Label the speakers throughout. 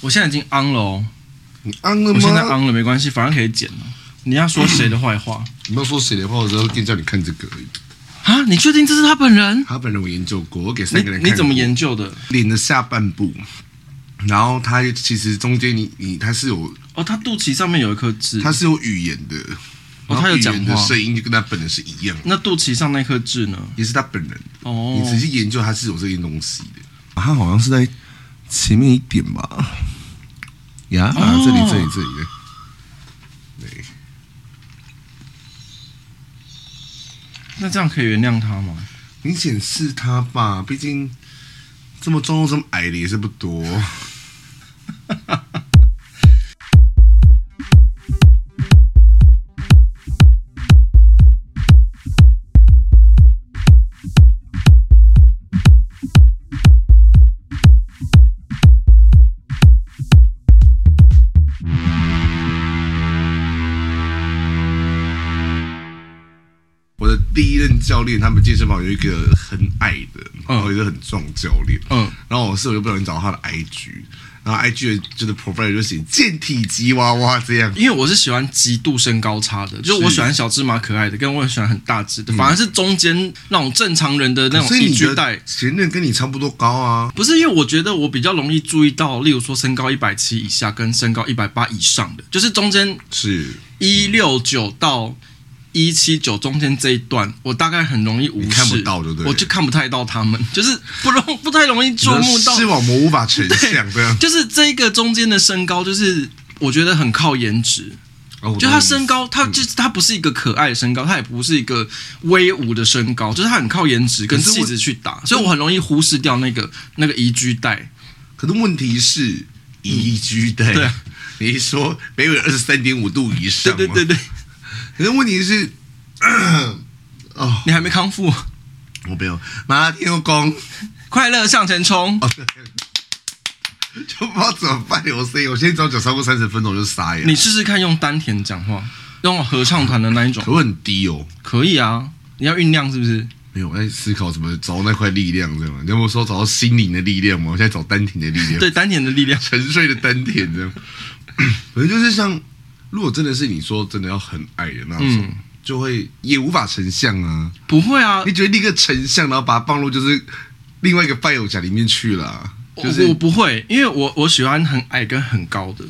Speaker 1: 我现在已经 on 了哦，
Speaker 2: 你安了
Speaker 1: 我现在
Speaker 2: 吗？
Speaker 1: on 了没关系，反正可以剪了。你要说谁的坏话
Speaker 2: 你不要说谁的话，我只要店叫你看这个而已。
Speaker 1: 啊？你确定这是他本人？
Speaker 2: 他本人我研究过，我给
Speaker 1: 你
Speaker 2: 嗯三个人看
Speaker 1: 你怎么
Speaker 2: 过
Speaker 1: 研究的？
Speaker 2: 脸的下半部？然后他其实中间你你他是有
Speaker 1: 哦，他肚脐上面有一颗痣，
Speaker 2: 他是有语言的，
Speaker 1: 哦
Speaker 2: 然
Speaker 1: 他
Speaker 2: 后
Speaker 1: 有
Speaker 2: 语
Speaker 1: 讲话
Speaker 2: 言的声音就跟他本人是一样，
Speaker 1: 那肚脐上那颗痣呢？
Speaker 2: 也是他本人。
Speaker 1: 哦
Speaker 2: 你，仔细研究他是有这些东西的，他好像是在前面一点吧？呀，
Speaker 1: 哦
Speaker 2: 这里这里这里的，对，
Speaker 1: 那这样可以原谅他吗？
Speaker 2: 你显示他吧，毕竟这么壮又这么矮的也是不多。我的第一任教练，他们健身房有一个很矮的，然后有一个很壮的教练，
Speaker 1: 嗯，
Speaker 2: 然后我室友就不小心找到他的 IG，然后 IG 的就是 profile 就写健体吉娃娃这样，
Speaker 1: 因为我是喜欢极度身高差的，就是我喜欢小芝麻可爱的，跟我喜欢很大只
Speaker 2: 嗯
Speaker 1: 的，反而是中间那种正常人的那
Speaker 2: 所
Speaker 1: 种一
Speaker 2: 以你
Speaker 1: 居
Speaker 2: 的
Speaker 1: 带。
Speaker 2: 前任跟你差不多高啊，
Speaker 1: 不是因为我觉得我比较容易注意到，例如说身高一百七以下跟身高一百八以上的，就是中间
Speaker 2: 是
Speaker 1: 一六九到一七九中间这一段，我大概很容易无视，
Speaker 2: 你看不到就对了
Speaker 1: 我就看不太到他们， 就是不容不太容易注目到
Speaker 2: 视。网膜无法成像这 样，
Speaker 1: 就是这个中间的身高，就是我觉得很靠颜值，
Speaker 2: 哦
Speaker 1: 就他身，高，他就是他不是一个可爱的身高，他也不是一个威武的身高，就是他很靠颜值跟
Speaker 2: 可是我
Speaker 1: 气质去打，所以我很容易忽视掉那个那个宜居带。
Speaker 2: 可是问题是宜居带，
Speaker 1: 对啊
Speaker 2: 你一说北纬二十三点五度以上
Speaker 1: 对
Speaker 2: 嘛，
Speaker 1: 对对对，
Speaker 2: 可是问题是， 哦，
Speaker 1: 你还没康复，
Speaker 2: 我没有麻辣天后宫。
Speaker 1: 快乐向前冲。
Speaker 2: 就 不知道怎么办。我声音，我现在只要讲超过三十分钟我就傻眼。
Speaker 1: 你试试看用丹田讲话，用合唱团的那一种
Speaker 2: 可，我很低哦，
Speaker 1: 可以啊。你要酝酿是不是？
Speaker 2: 没有我在思考怎么找到那块力量，这样。你有没有说找到心灵的力量吗？我现在找丹田的力量，
Speaker 1: 对，丹田的力量。
Speaker 2: 沉睡的丹田 这样。反正就是像，如果真的是你说真的要很矮的那种，
Speaker 1: 嗯
Speaker 2: 就会也无法成像啊。
Speaker 1: 不会啊
Speaker 2: 你，觉得立刻成像，然后把它放入就是另外一个拜偶夹里面去了啊、就
Speaker 1: 我
Speaker 2: 是
Speaker 1: 我不会，因为我我喜欢很矮跟很高的，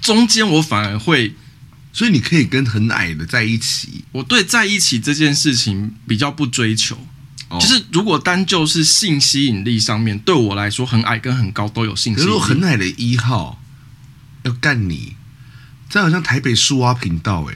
Speaker 1: 中间我反而会，
Speaker 2: 所以你可以跟很矮的在一起，
Speaker 1: 我对在一起这件事情比较不追求。
Speaker 2: 哦
Speaker 1: 就是如果单就是性吸引力上面，对我来说，很矮跟很高都有性
Speaker 2: 可
Speaker 1: 吸
Speaker 2: 是
Speaker 1: 引
Speaker 2: 如
Speaker 1: 力。
Speaker 2: 果很矮的一号要干你，这样好像台北树蛙频道哎、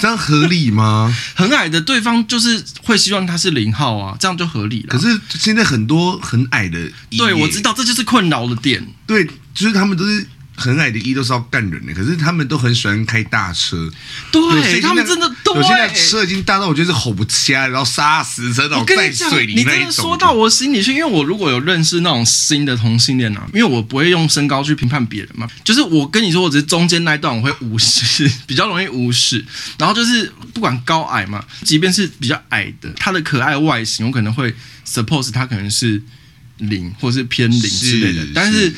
Speaker 2: 这样合 理吗？
Speaker 1: 很矮的对方就是会希望他是零号啊，这样就合理了。
Speaker 2: 可是现在很多很矮的一、
Speaker 1: 对我知，道这就是困扰的点。
Speaker 2: 对，就是他们都是很矮的一都是要干人的，可是他们都很喜欢开大车，有些
Speaker 1: 对
Speaker 2: 已经
Speaker 1: 他们
Speaker 2: 那
Speaker 1: 真的对，
Speaker 2: 有些那车已经大到我觉得是吼不起来，然后杀死车那
Speaker 1: 我
Speaker 2: 种
Speaker 1: 跟
Speaker 2: 在
Speaker 1: 你讲，
Speaker 2: 水
Speaker 1: 你
Speaker 2: 里那
Speaker 1: 真
Speaker 2: 一
Speaker 1: 的
Speaker 2: 种。
Speaker 1: 说到我心里去，因为我如果有认识那种新的同性恋啊，因为我不会用身高去评判别人嘛，就是我跟你说，我只是中间那一段我会无视， 比较容易无视。然后就是不管高矮嘛，即便是比较矮的，他的可爱外形，我可能会 suppose 他可能是零或是偏零之类的
Speaker 2: 是，
Speaker 1: 但
Speaker 2: 是
Speaker 1: 是。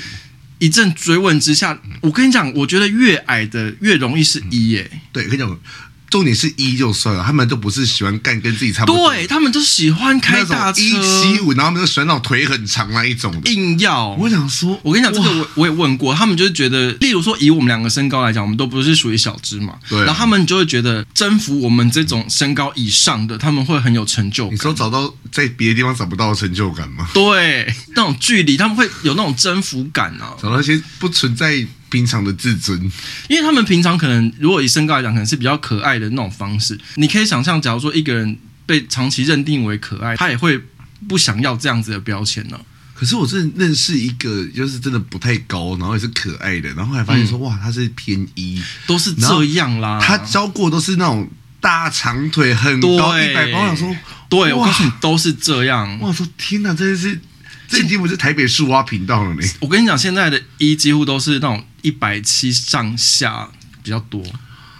Speaker 1: 一阵追问之下，我跟你讲，我觉得越矮的越容易是一耶、
Speaker 2: 对，跟你讲，重点是一就算了，他们都不是喜欢干跟自己差不多。
Speaker 1: 对他们就喜欢开
Speaker 2: 那
Speaker 1: 大车，
Speaker 2: 种一七五，然后他们就喜欢那种腿很长那一种的。
Speaker 1: 硬要。
Speaker 2: 我想说，
Speaker 1: 我跟你讲，这
Speaker 2: 哇
Speaker 1: 个我我也问过，他们就是觉得，例如说以我们两个身高来讲，我们都不是属于小只嘛，
Speaker 2: 对啊
Speaker 1: 然后他们就会觉得征服我们这种身高以上的，他们会很有成就
Speaker 2: 你
Speaker 1: 感。
Speaker 2: 说找到在别的地方找不到的成就感吗？
Speaker 1: 对，那种距离他们会有那种征服感啊，
Speaker 2: 找到一些不存在平常的自尊，
Speaker 1: 因为他们平常可能如果以身高来讲，可能是比较可爱的那种方式。你可以想象，假如说一个人被长期认定为可爱，他也会不想要这样子的标签呢、
Speaker 2: 可是我真的认识一个，就是真的不太高，然后也是可爱的，然后后来发
Speaker 1: 嗯
Speaker 2: 现说，哇，他是偏一，
Speaker 1: 都是
Speaker 2: 然后
Speaker 1: 这样啦。
Speaker 2: 他教过都是那种大长腿很高
Speaker 1: 对
Speaker 2: 一百磅，我想说，
Speaker 1: 对我
Speaker 2: 哇
Speaker 1: 告诉你都是这样
Speaker 2: 我。想说天哪，真的是这已经不是台北树蛙频道了呢。
Speaker 1: 我跟你讲，现在的一几乎都是那种一百七上下比较多，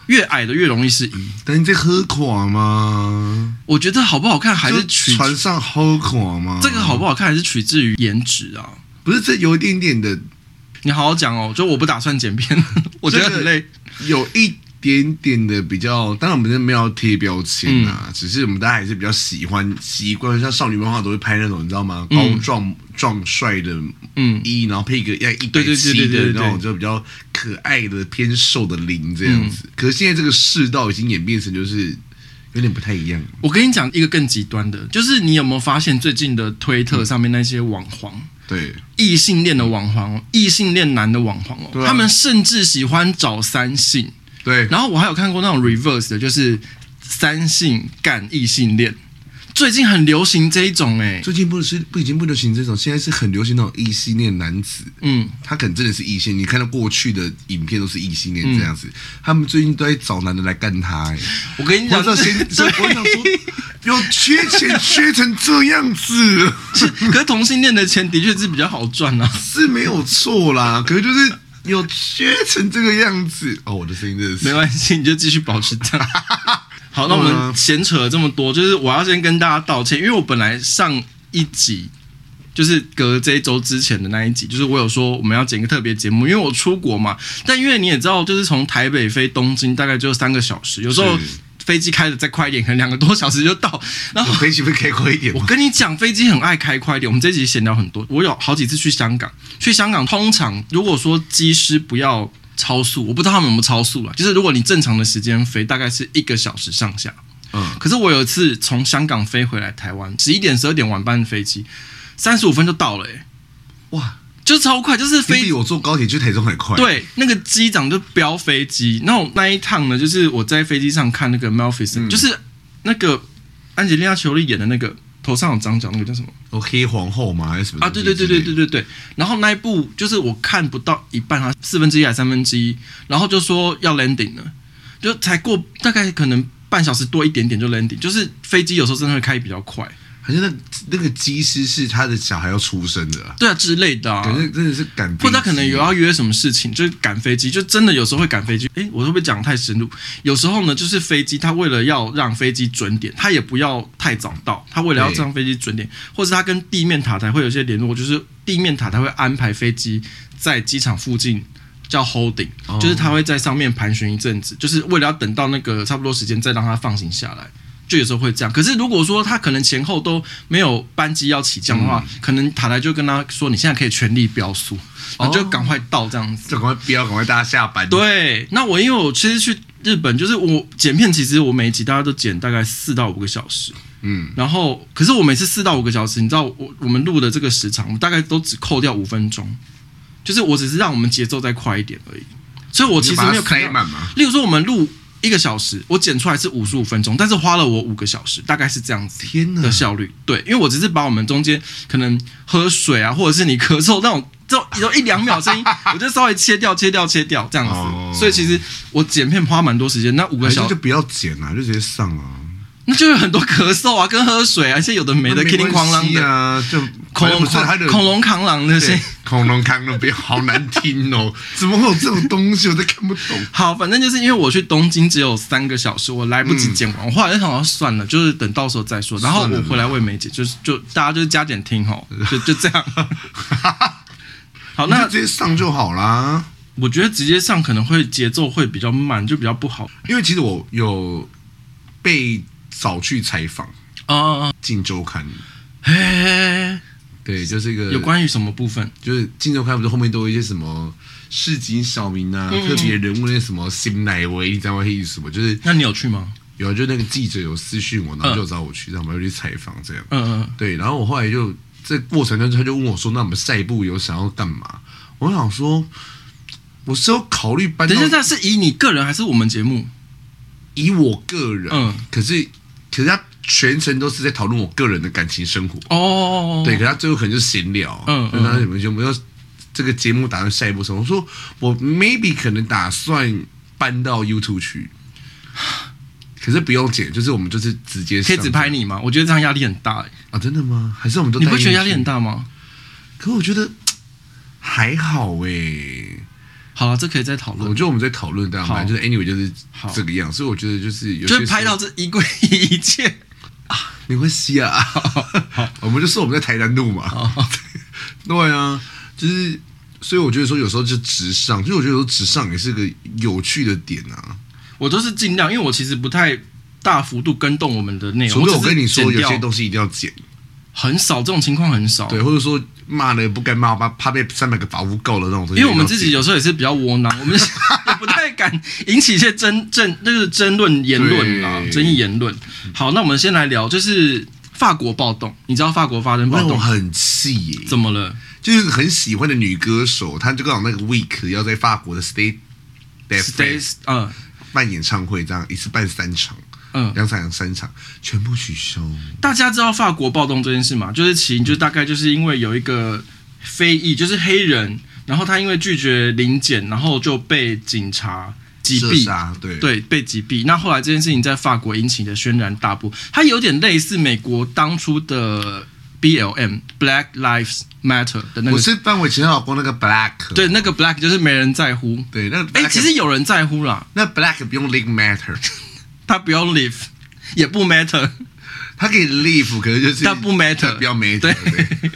Speaker 1: 越矮的越容易是一。
Speaker 2: 但你在喝垮吗？
Speaker 1: 我觉得好不好看还是
Speaker 2: 就啊
Speaker 1: 取
Speaker 2: 船上喝垮吗？
Speaker 1: 这个好不好看还是取制于颜值啊。
Speaker 2: 不是这有一点点的，
Speaker 1: 你好好讲哦，就我不打算剪片， 我觉得很累。
Speaker 2: 有一点点的比较。当然，我们这没有要贴标签
Speaker 1: 嗯
Speaker 2: 啊，只是我们大家还是比较喜欢习惯，像少女漫画都会拍那种，你知道吗？高
Speaker 1: 嗯
Speaker 2: 壮、壮帅的
Speaker 1: 嗯，
Speaker 2: 一，然后配一个要一百
Speaker 1: 对对对
Speaker 2: 七
Speaker 1: 对对对
Speaker 2: 的那种，就比较可爱的偏瘦的零这样
Speaker 1: 嗯
Speaker 2: 子。可是现在这个世道已经演变成就是有点不太一样了。
Speaker 1: 我跟你讲一个更极端的，就是你有没有发现最近的推特上面那些网黄？
Speaker 2: 对，
Speaker 1: 异性恋的网黄哦，异性恋男的网黄哦，
Speaker 2: 对啊
Speaker 1: 他们甚至喜欢找三性。
Speaker 2: 对，
Speaker 1: 然后我还有看过那种 reverse 的，就是三性干异性恋，最近很流行这一种哎、
Speaker 2: 最近不是不已经不流行这种，现在是很流行那种异性恋男子，
Speaker 1: 嗯，
Speaker 2: 他可能真的是异性。你看到过去的影片都是异性恋这样
Speaker 1: 嗯
Speaker 2: 子，他们最近都在找男的来干他、 欸。
Speaker 1: 我跟你
Speaker 2: 我
Speaker 1: 讲，
Speaker 2: 这先， 我想说，有缺钱缺成这样子
Speaker 1: 是可是同性恋的钱的确是比较好赚啊。
Speaker 2: 是没有错啦，可是就是有缺成这个样子。哦，我的声音真的
Speaker 1: 没
Speaker 2: 是，
Speaker 1: 关系，你就继续保 持这样。好，那我
Speaker 2: 嗯
Speaker 1: 们闲扯了这么多，就是我要先跟大家道歉，因为我本来上一集就是隔这一周之前的那一集，就是我有说我们要剪一个特别节目，因为我出国嘛。但因为你也知道，就是从台北飞东京大概就三个小时，有时候
Speaker 2: 是
Speaker 1: 飞机开的再快一点，可能两个多小时就到。然后
Speaker 2: 我可以不可以开阔一点
Speaker 1: 我
Speaker 2: 吗？
Speaker 1: 跟你讲，飞机很爱开快一点。我们这集闲聊很多，我有好几次去香港，去香港通常如果说机师不要超速，我不知道他们有没有超速啦，就是如果你正常的时间飞，大概是一个小时上下。
Speaker 2: 嗯，
Speaker 1: 可是我有一次从香港飞回来台湾，十一点、十二点晚班的飞机，三十五分就到了、欸，
Speaker 2: 哇，
Speaker 1: 就是超快，就是
Speaker 2: 你
Speaker 1: 飞
Speaker 2: 比我坐高铁去台中还快。，
Speaker 1: 对，那个机长就飙飞机。那我那一趟呢，就是我在飞机上看那个
Speaker 2: 嗯
Speaker 1: Malfison，、就是那个安吉丽娜·裘丽演的那个头上有长角那个叫什么
Speaker 2: 我黑哦皇后嘛还是什么
Speaker 1: 啊？对对对对对对对。然后那一部就是我看不到一半啊，四分之一还是三分之一，然后就说要 landing 了，就才过大概可能半小时多一点点就 landing，就是飞机有时候真的会开比较快，
Speaker 2: 好像那那个机师是他的小孩要出生的啊，
Speaker 1: 对啊之类的、啊。
Speaker 2: 可是真的是赶飞机，
Speaker 1: 或者他可能有要约什么事情，就是赶飞机，就真的有时候会赶飞机。诶，我会不会讲太深入？有时候呢，就是飞机，他为了要让飞机准点，他也不要太早到，他为了要
Speaker 2: 对
Speaker 1: 让飞机准点，或是他跟地面塔台会有一些联络，就是地面塔台会安排飞机在机场附近。叫 holding，、
Speaker 2: 哦
Speaker 1: 就是他会在上面盘旋一阵子，就是为了要等到那个差不多时间再让它放行下来，就有时候会这样。可是如果说他可能前后都没有班机要起降的话，
Speaker 2: 嗯
Speaker 1: 可能塔台就跟他说你现在可以全力飙速，然
Speaker 2: 哦
Speaker 1: 后就赶快到这样子。
Speaker 2: 就赶快飙，赶快大家下班。，
Speaker 1: 对，那我因为我其实去日本，就是我剪片，其实我每一集大家都剪大概四到五个小时，
Speaker 2: 嗯，
Speaker 1: 然后可是我每次四到五个小时，你知道我我们录的这个时长，我大概都只扣掉五分钟，就是我只是让我们节奏再快一点而已，所以我其
Speaker 2: 你
Speaker 1: 实
Speaker 2: 把它
Speaker 1: 没有看
Speaker 2: 塞
Speaker 1: 到
Speaker 2: 满吗？
Speaker 1: 例如说我们录一个小时，我剪出来是五十五分钟，但是花了我五个小时，大概是这样子
Speaker 2: 天哪
Speaker 1: 的效率。对，因为我只是把我们中间可能喝水啊，或者是你咳嗽那种。就有一两秒声音，我就稍微切掉、切掉、切掉这样子，
Speaker 2: 哦
Speaker 1: 所以其实我剪片花蛮多时间，那五个
Speaker 2: 还是
Speaker 1: 小 时
Speaker 2: 就不要剪啦、就直接上啊。
Speaker 1: 那就有很多咳嗽啊，跟喝水啊，一些有的没的，
Speaker 2: 那
Speaker 1: 叮叮哐啷
Speaker 2: 关系
Speaker 1: 的，
Speaker 2: 啊，就
Speaker 1: 恐龙
Speaker 2: 不是他的
Speaker 1: 恐恐龙扛狼那些
Speaker 2: 对。恐龙康那边好难听哦， 怎么会有这种东西？我都看不 懂。
Speaker 1: 好，反正就是因为我去东京只有三个小时，我来不及剪完，我后来就想说算了，就是等到时候再说。然后
Speaker 2: 嗯算了
Speaker 1: 我
Speaker 2: 嗯啦
Speaker 1: 回来我也没剪，就是就大家就是加减听吼，就就这样。 好，
Speaker 2: 那
Speaker 1: 那
Speaker 2: 直接上就好啦。
Speaker 1: 我觉得直接上可能会节奏会比较慢，就比较不好。
Speaker 2: 因为其实我有被找去采访《
Speaker 1: 啊、
Speaker 2: 镜周刊》，
Speaker 1: 嘿，
Speaker 2: 对，就是一个
Speaker 1: 有关于什么部分？
Speaker 2: 就是《镜周刊》不是后面都有一些什么市井小民啊、
Speaker 1: 嗯
Speaker 2: 特别人物那些什么新乃维，你知道吗？意思什么？就是
Speaker 1: 那你有去吗？
Speaker 2: 有就那个记者有私讯我，然后
Speaker 1: 嗯
Speaker 2: 就找我去，让我们要去采访这样。
Speaker 1: 嗯嗯
Speaker 2: 对，然后我后来就这过程中，他就问我说：“那我们下一步有想要干嘛？”我想说，我是有考虑
Speaker 1: 嗯，
Speaker 2: 搬到
Speaker 1: 等一下，是以你个人还是我们节目？
Speaker 2: 以我个人，
Speaker 1: 嗯
Speaker 2: 可是可是他全程都是在讨论我个人的感情生活。
Speaker 1: 哦，
Speaker 2: 对，可他最后可能就闲聊，
Speaker 1: 嗯
Speaker 2: 就他你们就没有这个节目打算下一步什么？我说我 maybe 可能打算搬到 YouTube 去， 可是不用剪，就是我们就是直接
Speaker 1: 可以
Speaker 2: 上
Speaker 1: 只拍你吗？我觉得这样压力很大、欸，
Speaker 2: 啊？真的吗？还是我们都
Speaker 1: 你不觉得
Speaker 2: 带
Speaker 1: 压力很
Speaker 2: 进去？
Speaker 1: 大吗？
Speaker 2: 可我觉得还好哎、
Speaker 1: 好了，这可以再讨
Speaker 2: 我
Speaker 1: 论
Speaker 2: 觉。得我们在讨论这样，
Speaker 1: 好
Speaker 2: 反正就是 anyway 就是
Speaker 1: 好
Speaker 2: 这个样，所以我觉得就是有些
Speaker 1: 就是拍
Speaker 2: 时候
Speaker 1: 到这一柜 一切，
Speaker 2: 你会吸 啊？我们就说我们在台南录嘛。
Speaker 1: 哦
Speaker 2: 对啊，就是，所以我觉得说有时候就直上，所以我觉得说直上也是个有趣的点啊。
Speaker 1: 我都是尽量，因为我其实不太大幅度跟哎动我们的内容。
Speaker 2: 除非
Speaker 1: 只
Speaker 2: 我
Speaker 1: 是
Speaker 2: 跟你说
Speaker 1: 剪
Speaker 2: 有
Speaker 1: 掉哦
Speaker 2: 些东西一定要剪，
Speaker 1: 很少，这种情况很少。
Speaker 2: 对，或者说骂了不该骂，怕怕被三百个法务告了那种东西。
Speaker 1: 因为我们自己有时候也是比较窝囊，我们 也不太敢引起一些争争，就是争论言论啦，
Speaker 2: 对
Speaker 1: 争议言论。好，那我们先来聊，就是法国暴动，你知道法国发生暴
Speaker 2: 让我
Speaker 1: 动
Speaker 2: 很气耶、
Speaker 1: 怎么了？
Speaker 2: 就是很喜欢的女歌手，她就刚好那个 week 要在法国的 State 哎 State
Speaker 1: Stays，嗯
Speaker 2: 办演唱会，这样一次办三场，
Speaker 1: 嗯，
Speaker 2: 两场三场全部取消。
Speaker 1: 大家知道法国暴动这件事吗？就是起因，就大概就是因为有一个非裔，就是黑人，然后他因为拒绝临检，然后就被警察击
Speaker 2: 射
Speaker 1: 毙。
Speaker 2: 杀，对
Speaker 1: 对，被击毙。那后来这件事情在法国引起的轩然大波，它有点类似美国当初的 BLM（Black Lives Matter） 的那
Speaker 2: 我
Speaker 1: 个，
Speaker 2: 是范玮琪她老公那个 Black，
Speaker 1: 嗯对，那个 Black 就是没人在乎。
Speaker 2: 对，那个 Black,
Speaker 1: 哎，其实有人在乎啦，
Speaker 2: 那 Black 不用 Live Matter，
Speaker 1: 他不用 live，也不 matter。
Speaker 2: 他可以 Live，可是就是
Speaker 1: 但不 matter
Speaker 2: 他不要 Matter，
Speaker 1: 对
Speaker 2: 对，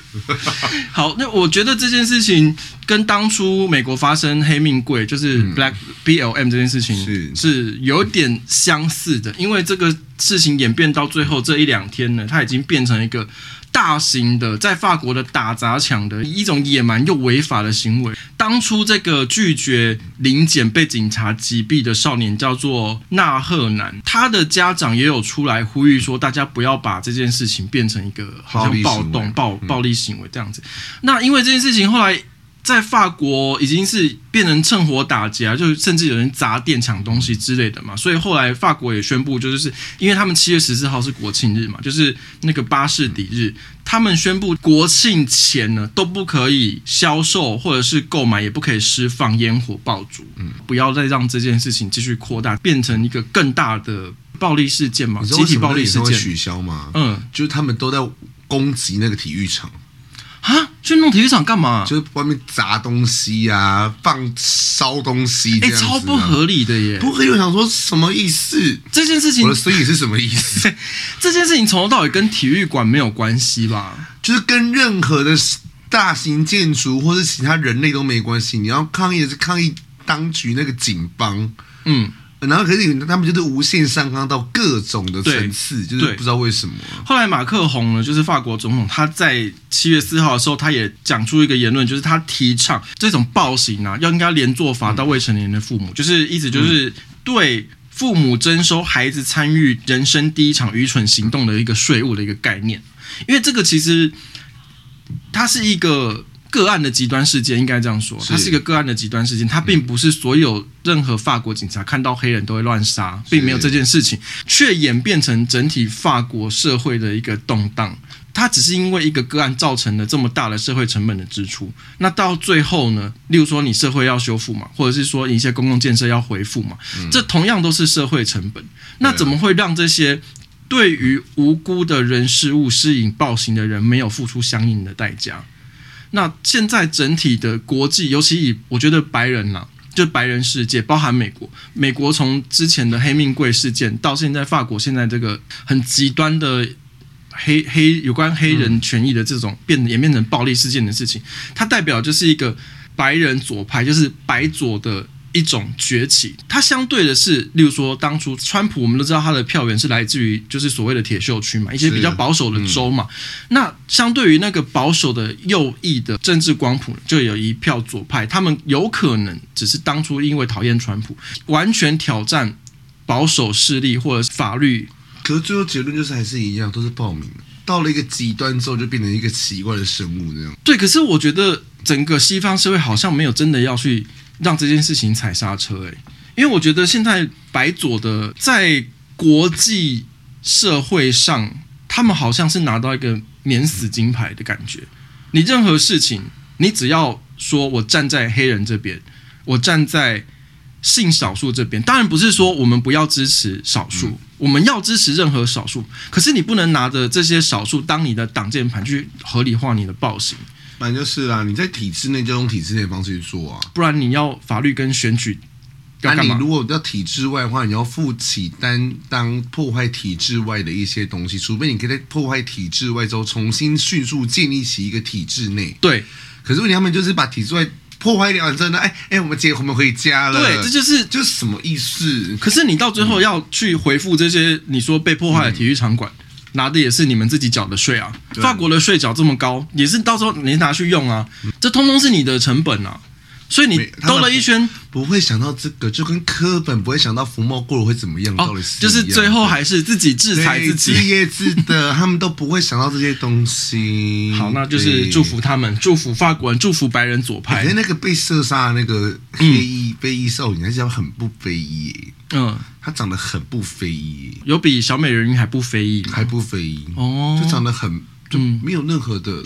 Speaker 1: 好，那我觉得这件事情跟当初美国发生黑命贵，就是 Black BLM 这件事情
Speaker 2: 嗯是
Speaker 1: 是有点相似的，因为这个事情演变到最后这一两天呢，它已经变成一个大型的在法国的打砸抢的一种野蛮又违法的行为。当初这个拒绝临检被警察击毙的少年叫做纳赫南，他的家长也有出来呼吁说，大家不要把这件事情变成一个好
Speaker 2: 暴
Speaker 1: 像
Speaker 2: 力
Speaker 1: 暴
Speaker 2: 行为
Speaker 1: 动、暴暴力行为这样子。那因为这件事情后来。在法国已经是变成趁火打劫啊，就是甚至有人砸店抢东西之类的嘛，所以后来法国也宣布，就是因为他们七月十四号是国庆日嘛，就是那个巴士底日，他们宣布国庆前呢都不可以销售或者是购买，也不可以释放烟火爆竹，
Speaker 2: 嗯
Speaker 1: 不要再让这件事情继续扩大，变成一个更大的暴力事件嘛，
Speaker 2: 你知道
Speaker 1: 集
Speaker 2: 为
Speaker 1: 体
Speaker 2: 什么
Speaker 1: 暴
Speaker 2: 那个
Speaker 1: 力
Speaker 2: 演
Speaker 1: 事
Speaker 2: 唱会
Speaker 1: 件
Speaker 2: 取消吗？
Speaker 1: 嗯，
Speaker 2: 就是他们都在攻击那个体育场，
Speaker 1: 啊，去弄体育场干嘛？
Speaker 2: 就是外面砸东西啊，放烧东西，
Speaker 1: 哎、
Speaker 2: 这样子啊
Speaker 1: 超不。合理的耶！
Speaker 2: 不合理，我想说什么意思？
Speaker 1: 这件事情
Speaker 2: 我的所以是什么意思？
Speaker 1: 这件事情从头到尾跟体育馆没有关系吧？
Speaker 2: 就是跟任何的大型建筑或是其他人类都没关系。你要抗议的是抗议当局那个警方，
Speaker 1: 嗯，
Speaker 2: 然后可是他们就是无限上纲到各种的层次，就是
Speaker 1: 对
Speaker 2: 不知道为什么。
Speaker 1: 后来马克宏呢，就是法国总统，他在七月四号的时候，他也讲出一个言论，就是他提倡这种暴行啊，要应该连坐罚到未成年的父母，就是意思就是对。父母征收孩子参与人生第一场愚蠢行动的一个税务的一个概念，因为这个其实它是一个个案的极端事件，应该这样说，它是一个个案的极端事件，它并不是所有任何法国警察看到黑人都会乱杀，并没有这件事情，却演变成整体法国社会的一个动荡。它只是因为一个个案造成了这么大的社会成本的支出，那到最后呢？例如说你社会要修复嘛，或者是说一些公共建设要回复嘛，这同样都是社会成本。那怎么会让这些对于无辜的人事物施以暴行的人没有付出相应的代价。那现在整体的国际，尤其以我觉得白人啦、就白人世界，包含美国，美国从之前的黑命贵事件到现在法国现在这个很极端的黑黑有关黑人权益的这种变演变成暴力事件的事情，它代表就是一个白人左派，就是白左的一种崛起。它相对的是，例如说当初川普，我们都知道他的票源是来自于就是所谓的铁锈区嘛，一些比较保守的州嘛。那相对于那个保守的右翼的政治光谱，就有一票左派，他们有可能只是当初因为讨厌川普，完全挑战保守势力或者是法律。
Speaker 2: 可是最后结论就是还是一样，都是报名。到了一个极端之后，就变成一个奇怪的生物那样。
Speaker 1: 对，可是我觉得整个西方社会好像没有真的要去让这件事情踩刹车、欸，因为我觉得现在白左的在国际社会上，他们好像是拿到一个免死金牌的感觉。你任何事情，你只要说我站在黑人这边，我站在性少数这边，当然不是说我们不要支持少数，我们要支持任何少数，可是你不能拿着这些少数当你的挡箭牌去合理化你的暴行，
Speaker 2: 反正就是啦，你在体制内就用体制内的方式去做啊。
Speaker 1: 不然你要法律跟选举要
Speaker 2: 那
Speaker 1: 干
Speaker 2: 你
Speaker 1: 嘛？
Speaker 2: 如果要体制外的话，你要负起担当破坏体制外的一些东西，除非你可以在破坏体制外之后，重新迅速建立起一个体制内。
Speaker 1: 对
Speaker 2: 可是问题他们就是把体制外破坏掉完之后呢，哎哎，我们结婚，我们回家了。
Speaker 1: 对，这就是
Speaker 2: 就是什么意思？
Speaker 1: 可是你到最后要去回复这些你说被破坏的体育场馆，拿的也是你们自己缴的税啊。
Speaker 2: 嗯对
Speaker 1: 法国的税缴这么高，也是到时候你拿去用啊，这通通是你的成本啊。所以你
Speaker 2: 嗯没他们
Speaker 1: 兜了一圈
Speaker 2: 不会想到这个，就跟科本不会想到福茂过了会怎么样，
Speaker 1: 哦
Speaker 2: 到底是，
Speaker 1: 就是最后还是自己制裁自
Speaker 2: 自
Speaker 1: 己。
Speaker 2: 业自得，他们都不会想到这些东西。
Speaker 1: 好，那就是
Speaker 2: 嗯对哎
Speaker 1: 祝福他们，祝福法国人，祝福白人左
Speaker 2: 可是
Speaker 1: 派。
Speaker 2: 那个被射杀的那个黑衣、非裔少女，还是要很不非裔耶，
Speaker 1: 嗯，
Speaker 2: 她长得很不非裔耶，
Speaker 1: 有比小美人鱼还不非议吗
Speaker 2: 还不非裔，
Speaker 1: 哦
Speaker 2: 就长得很就
Speaker 1: 嗯
Speaker 2: 没有任何的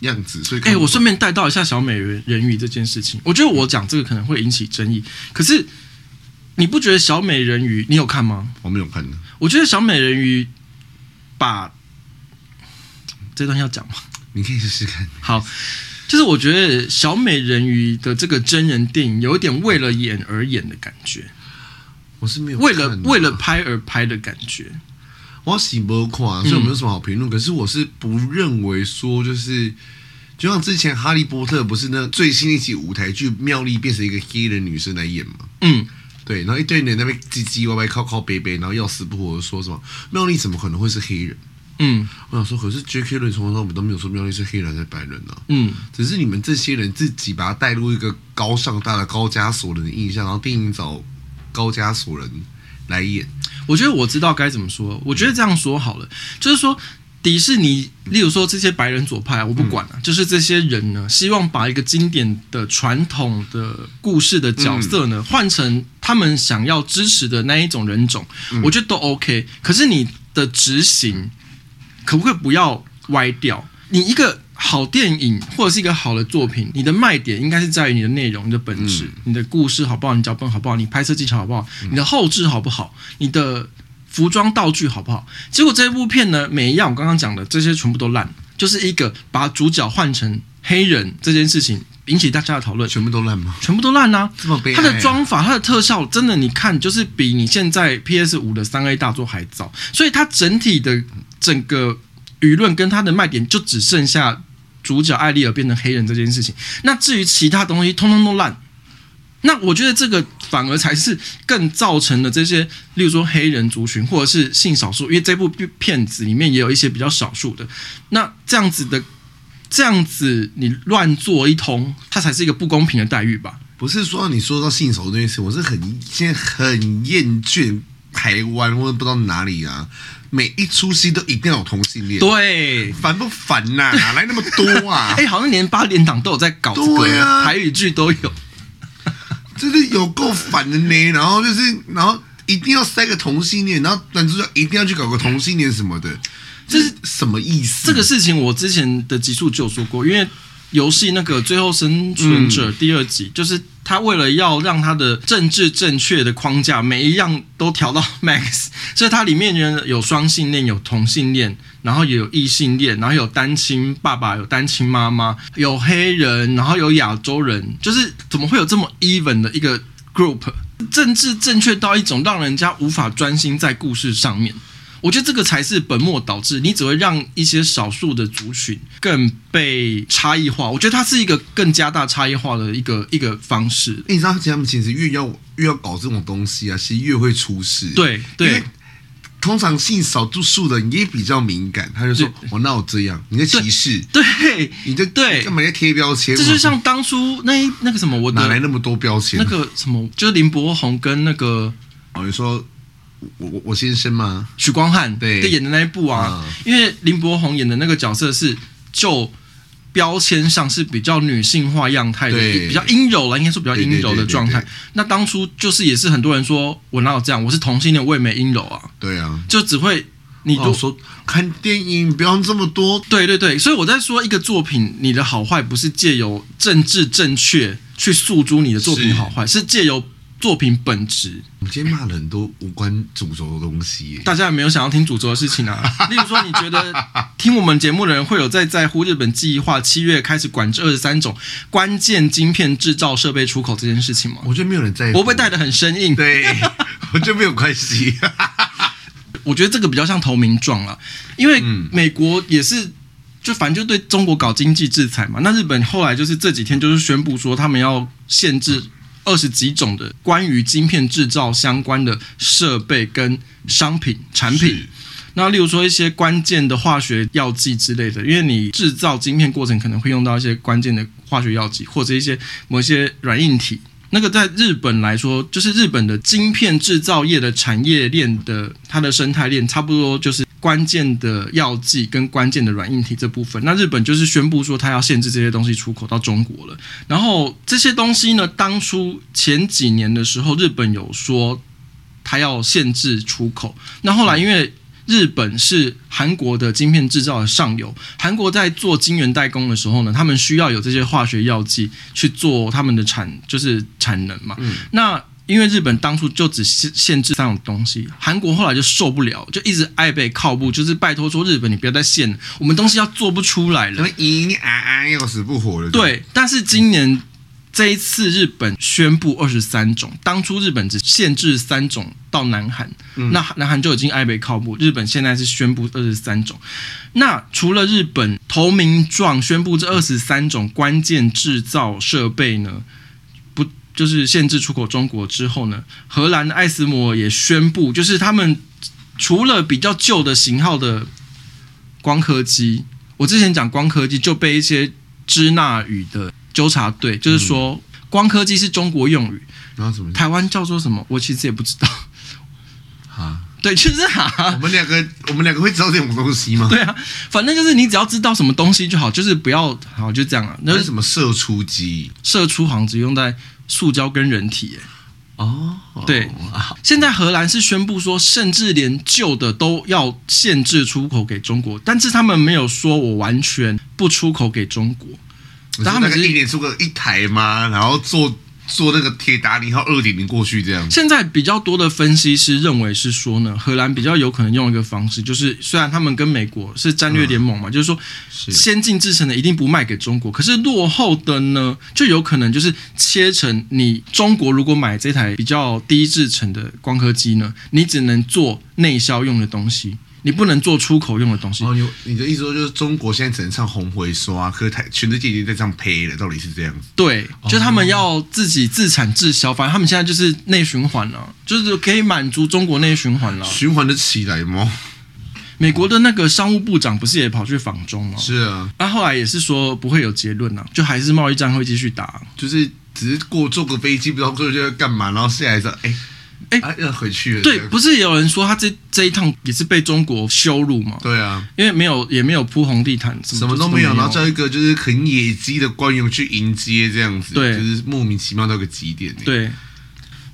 Speaker 2: 样子，所以
Speaker 1: 哎、
Speaker 2: 看不
Speaker 1: 我
Speaker 2: 懂
Speaker 1: 顺便带到一下小美人人鱼这件事情，我觉得我讲这个可能会引起争议。可是你不觉得小美人鱼你有看吗？
Speaker 2: 我没有看的，
Speaker 1: 我觉得小美人鱼把这段要讲吗？
Speaker 2: 你可以试试看。
Speaker 1: 好，就是我觉得小美人鱼的这个真人电影有一点为了演而演的感觉，
Speaker 2: 我是没有
Speaker 1: 为了
Speaker 2: 看的
Speaker 1: 为了拍而拍的感觉。
Speaker 2: 我喜不垮，
Speaker 1: 嗯
Speaker 2: 所以我没有什么好评论。可是我是不认为说就是。就像之前《哈利波特》不是那最新一集舞台剧，妙丽变成一个黑人女生来演嘛？
Speaker 1: 嗯，
Speaker 2: 对，然后一堆人在那边唧唧歪歪、靠靠背背，然后要死不活的说什么妙丽怎么可能会是黑人？
Speaker 1: 嗯
Speaker 2: 我想说，可是 J.K. 伦从头到尾都没有说妙丽是黑人还是白人呢、
Speaker 1: 嗯，
Speaker 2: 只是你们这些人自己把它带入一个高尚大的高加索人的印象，然后电影找高加索人来演，
Speaker 1: 我觉得我知道该怎么说。我觉得这样说好了，就是说迪士尼，例如说这些白人左派啊，我不管了、就是这些人呢，希望把一个经典的传统的故事的角色呢，换成他们想要支持的那一种人种，我觉得都 OK。可是你的执行可不可以不要歪掉？你一个好电影或者是一个好的作品，你的卖点应该是在于你的内容、你的本质、你的故事好不好，你脚本好不好，你拍摄技巧好不好，你的后置好不好，你的服装道具好不好？结果这部片呢，每一样我刚刚讲的这些全部都烂，就是一个把主角换成黑人这件事情引起大家的讨论，
Speaker 2: 全部都烂吗？
Speaker 1: 全部都烂啊！
Speaker 2: 这么悲哀、
Speaker 1: 它的，装法、它的特效，真的你看就是比你现在 PS 五的三 A 大作还早，所以它整体的整个舆论跟它的卖点就只剩下主角艾丽尔变成黑人这件事情。那至于其他东西，通通都烂。那我觉得这个反而才是更造成了这些，例如说黑人族群或者是性少数，因为这部片子里面也有一些比较少数的。那这样子的，这样子你乱做一通，它才是一个不公平的待遇吧？
Speaker 2: 不是说你说到性手这件事，我是很现在很厌倦台湾或者不知道哪里啊，每一出戏都一定要有同性恋，
Speaker 1: 对，
Speaker 2: 烦不烦呐、哪来那么多啊
Speaker 1: 哎、？好像连八连档都有在搞这
Speaker 2: 对
Speaker 1: 个、
Speaker 2: 啊
Speaker 1: 台语剧都有。
Speaker 2: 真的有够烦的呢。然后就是，然后一定要塞个同性恋，然后男主角一定要去搞个同性恋什么的，这是什么意思？
Speaker 1: 这个事情我之前的集数就有说过，因为游戏那个《最后生存者》第二集，就是他为了要让他的政治正确的框架每一样都调到 max，所以它里面人有双性恋，有同性恋，然后也有异性恋，然后有单亲爸爸，有单亲妈妈，有黑人，然后有亚洲人，就是怎么会有这么 even 的一个 group？政治正确到一种让人家无法专心在故事上面。我觉得这个才是本末倒置，你只会让一些少数的族群更被差异化。我觉得它是一个更加大差异化的一个一个方式。
Speaker 2: 欸你知道，他们其实越要越要搞这种东西啊，其实越会出事。
Speaker 1: 对对
Speaker 2: 因为通常性少数的人也比较敏感，他就说：“哦我哪有这样？你在歧视，
Speaker 1: 对，
Speaker 2: 你在
Speaker 1: 对
Speaker 2: 干嘛在贴标签？
Speaker 1: 这就像当初那一那个什么，我
Speaker 2: 哪来
Speaker 1: 的
Speaker 2: 那么多标签？
Speaker 1: 那个什么，就是林柏宏跟那个
Speaker 2: 哦，你说我我我先生吗？
Speaker 1: 许光汉
Speaker 2: 对嗯
Speaker 1: 演的那一部啊，因为林柏宏演的那个角色是救标签上是比较女性化样态的，
Speaker 2: 对
Speaker 1: 比较阴柔了，应该说比较阴柔
Speaker 2: 对对对
Speaker 1: 的
Speaker 2: 对
Speaker 1: 状态
Speaker 2: 对。
Speaker 1: 那当初就是也是很多人说我哪有这样，我是同性恋，我也没阴柔啊，
Speaker 2: 对啊，
Speaker 1: 就只会你
Speaker 2: 哦
Speaker 1: 就
Speaker 2: 说看电影不要这么多，
Speaker 1: 对对对，所以我在说一个作品，你的好坏不是借由政治正确去诉诸你的作品
Speaker 2: 是
Speaker 1: 好坏，是借由作品本质。
Speaker 2: 我们今天骂了很多无关主轴的东西耶。
Speaker 1: 大家有没有想要听主轴的事情 啊？例如说，你觉得听我们节目的人会有在在乎日本计划七月开始管制二十三种关键晶片制造设备出口这件事情吗？
Speaker 2: 我觉得没有人在乎，
Speaker 1: 我会被带的很生硬，
Speaker 2: 对， 我觉得没有 关系。
Speaker 1: 我觉得这个比较像投名状了，因为
Speaker 2: 嗯
Speaker 1: 美国也是。就反正就对中国搞经济制裁嘛，那日本后来就是这几天就是宣布说他们要限制二十几种的关于晶片制造相关的设备跟商品产品，那例如说一些关键的化学药剂之类的，因为你制造晶片过程可能会用到一些关键的化学药剂，或者一些某一些软硬体。那个在日本来说，就是日本的晶片制造业的产业链的它的生态链，差不多就是关键的药剂跟关键的软硬体这部分。那日本就是宣布说，它要限制这些东西出口到中国了。然后这些东西呢，当初前几年的时候，日本有说它要限制出口。那后来因为日本是韩国的晶片制造的上游，韩国在做晶圆代工的时候呢，他们需要有这些化学药剂去做他们的产，就是产能嘛。那因为日本当初就只限限制三种东西，韩国后来就受不了，就一直爱被靠步，就是拜托说日本你不要再限了，我们东西要做不出来了
Speaker 2: 什么。赢啊啊，要死不活的。
Speaker 1: 对，但是今年这一次日本宣布二十三种，当初日本只限制三种到南韩，那南韩就已经爱北靠谱，日本现在是宣布二十三种。那除了日本投名状宣布这二十三种关键制造设备呢？不就是限制出口中国之后呢，荷兰的艾斯摩尔也宣布，就是他们除了比较旧的型号的光刻机，我之前讲光刻机就被一些支那语的纠察队，就是
Speaker 2: 嗯
Speaker 1: 说、光刻机是中国用语，
Speaker 2: 然后怎么
Speaker 1: 台湾叫做什么？我其实也不知道。
Speaker 2: 啊？
Speaker 1: 对，就是
Speaker 2: 我
Speaker 1: 哈，
Speaker 2: 们两个，我们两个会知道这种东西吗？
Speaker 1: 对啊，反正就是你只要知道什么东西就好，就是不要好就这样啊。
Speaker 2: 那
Speaker 1: 那
Speaker 2: 是什么射出机？
Speaker 1: 射出好像只用在塑胶跟人体、耶
Speaker 2: 哦，
Speaker 1: 对现在荷兰是宣布说，甚至连旧的都要限制出口给中国，但是他们没有说我完全不出口给中国。
Speaker 2: 你说
Speaker 1: 但他
Speaker 2: 那
Speaker 1: 们
Speaker 2: 个
Speaker 1: 只是
Speaker 2: 一年出个一台吗？然后做做那个铁达尼号二点零过去这样。
Speaker 1: 现在比较多的分析师认为是说呢，荷兰比较有可能用一个方式，就是虽然他们跟美国是战略联盟嘛，就是说先进制成的一定不卖给中国，可是落后的呢，就有可能就是切成你中国如果买这台比较低制成的光刻机呢，你只能做内销用的东西，你不能做出口用的东西。
Speaker 2: 哦，你你的意思说就是中国现在只能唱红回刷，可是台全世界已经在唱呸了，到底是这样子？
Speaker 1: 对，就他们要自己自产自销，反正他们现在就是内循环了、就是可以满足中国内循环了、
Speaker 2: 循环的起来吗？
Speaker 1: 美国的那个商务部长不是也跑去访中吗？
Speaker 2: 是啊，
Speaker 1: 那、后来也是说不会有结论啊，就还是贸易战会继续打。
Speaker 2: 就是只是过坐个飞机，不知道坐就要干嘛，然后下来说，哎、
Speaker 1: 哎
Speaker 2: 啊要回去了。
Speaker 1: 对
Speaker 2: 这，样
Speaker 1: 不是也有人说他这这一趟也是被中国羞辱嘛？
Speaker 2: 对啊，
Speaker 1: 因为没有也没有铺红地毯，什
Speaker 2: 什么
Speaker 1: 么
Speaker 2: 都
Speaker 1: 没
Speaker 2: 没有，然后叫一个就是很野鸡的官员去迎接这样子，
Speaker 1: 对
Speaker 2: 就是莫名其妙到一个极点、欸。
Speaker 1: 对。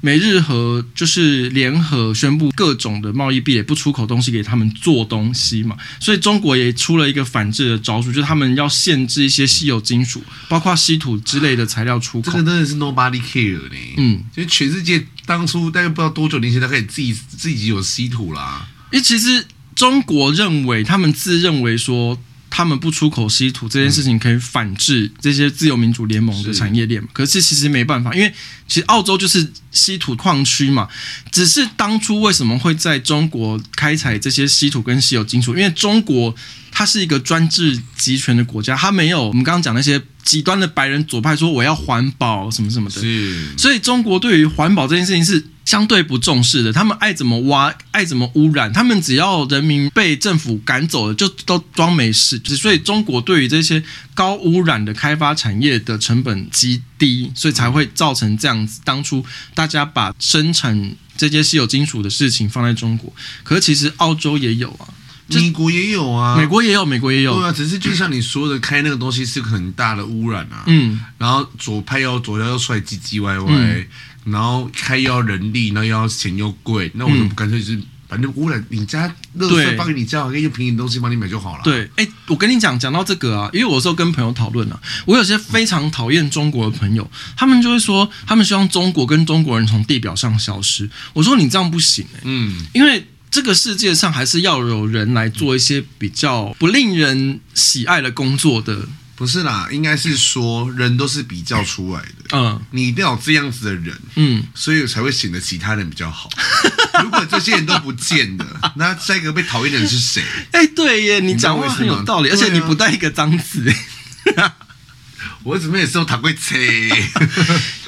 Speaker 1: 美日和就是联合宣布各种的贸易壁垒，不出口东西给他们做东西嘛，所以中国也出了一个反制的招数，就是他们要限制一些稀有金属，包括稀土之类的材料出
Speaker 2: 这
Speaker 1: 口
Speaker 2: 个。真的是 nobody care 呢、
Speaker 1: 嗯，
Speaker 2: 就全世界当初大概不知道多久年前，他开始自己自己有稀土啦。
Speaker 1: 因为其实中国认为，他们自认为说，他们不出口稀土这件事情可以反制这些自由民主联盟的产业链嘛。可是其实没办法，因为其实澳洲就是稀土矿区嘛。只是当初为什么会在中国开采这些稀土跟稀有金属？因为中国它是一个专制集权的国家，它没有我们刚刚讲那些极端的白人左派说我要环保什么什么的。
Speaker 2: 是，
Speaker 1: 所以中国对于环保这件事情是相对不重视的，他们爱怎么挖，爱怎么污染，他们只要人民被政府赶走了，就都装没事。所以中国对于这些高污染的开发产业的成本极低，所以才会造成这样子。当初大家把生产这些稀有金属的事情放在中国，可是其实澳洲也有啊。就是
Speaker 2: 英国也有啊，
Speaker 1: 美国也有，美国也有，
Speaker 2: 对啊，只是就像你说的，开那个东西是很大的污染啊。
Speaker 1: 嗯，
Speaker 2: 然后左派要左腰要出来唧唧歪歪，
Speaker 1: 嗯
Speaker 2: 然后开又要人力，然后又要钱又贵，那我就
Speaker 1: 嗯
Speaker 2: 不干脆就是反正污染你家垃
Speaker 1: 对
Speaker 2: 圾放给你家，我可以用便宜的东西帮你买就好了。，
Speaker 1: 对，哎、我跟你讲，讲到这个啊，因为我有时候跟朋友讨论啊，我有些非常讨厌中国的朋友，他们就会说，他们希望中国跟中国人从地表上消失。我说你这样不行、欸，
Speaker 2: 嗯，
Speaker 1: 因为这个世界上还是要有人来做一些比较不令人喜爱的工作的。
Speaker 2: 不是啦，应该是说人都是比较出来的，
Speaker 1: 嗯
Speaker 2: 你一定要有这样子的人，
Speaker 1: 嗯，
Speaker 2: 所以才会显得其他人比较好。 如果这些人都不见了，那下一个被讨厌的人是谁？
Speaker 1: 哎、对耶，你
Speaker 2: 知道
Speaker 1: 讲话
Speaker 2: 为什
Speaker 1: 很有
Speaker 2: 么
Speaker 1: 道理，而
Speaker 2: 对
Speaker 1: 且你
Speaker 2: 啊
Speaker 1: 不带一个脏字、欸
Speaker 2: 我怎么也是有躺过车？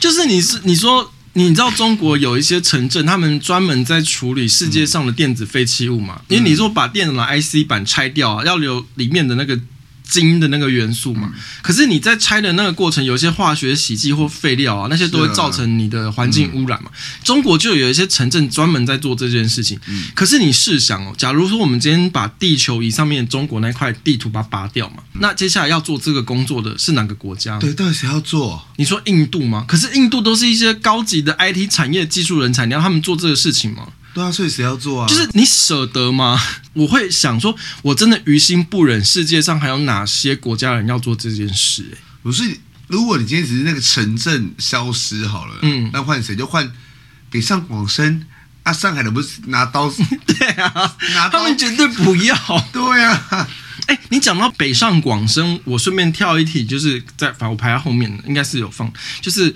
Speaker 1: 就是你是你说。你知道中国有一些城镇，他们专门在处理世界上的电子废弃物嘛？因为你说把电脑的 IC 板拆掉啊，要留里面的那个金的那个元素嘛。可是你在拆的那个过程，有一些化学洗剂或废料啊，那些都会
Speaker 2: 是啊
Speaker 1: 造成你的环境污染嘛。中国就有一些城镇专门在做这件事情。可是你试想哦，假如说我们今天把地球仪上面中国那块地图把它拔掉嘛，那接下来要做这个工作的是哪个国家呢？
Speaker 2: 对，到底谁要做？
Speaker 1: 你说印度吗？可是印度都是一些高级的 IT 产业技术人才，你让他们做这个事情吗？
Speaker 2: 对啊，所以谁要做啊？
Speaker 1: 就是你舍得吗？ 我会想说，我真的于心不忍，世界上还有哪些国家人要做这件事、欸
Speaker 2: 不是，如果你今天只是那个城镇消失好了，
Speaker 1: 嗯
Speaker 2: 那换谁就换北上广深啊，上海的不是拿刀，
Speaker 1: 对啊
Speaker 2: 拿，刀
Speaker 1: 他们绝对不要。
Speaker 2: 对啊，
Speaker 1: 哎、你讲到北上广深，我顺便跳一题，就是在反正我排在后面，应该是有放，就是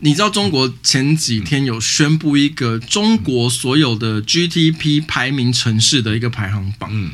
Speaker 1: 你知道中国前几天有宣布一个中国所有的 GDP 排名城市的一个排行榜，
Speaker 2: 嗯，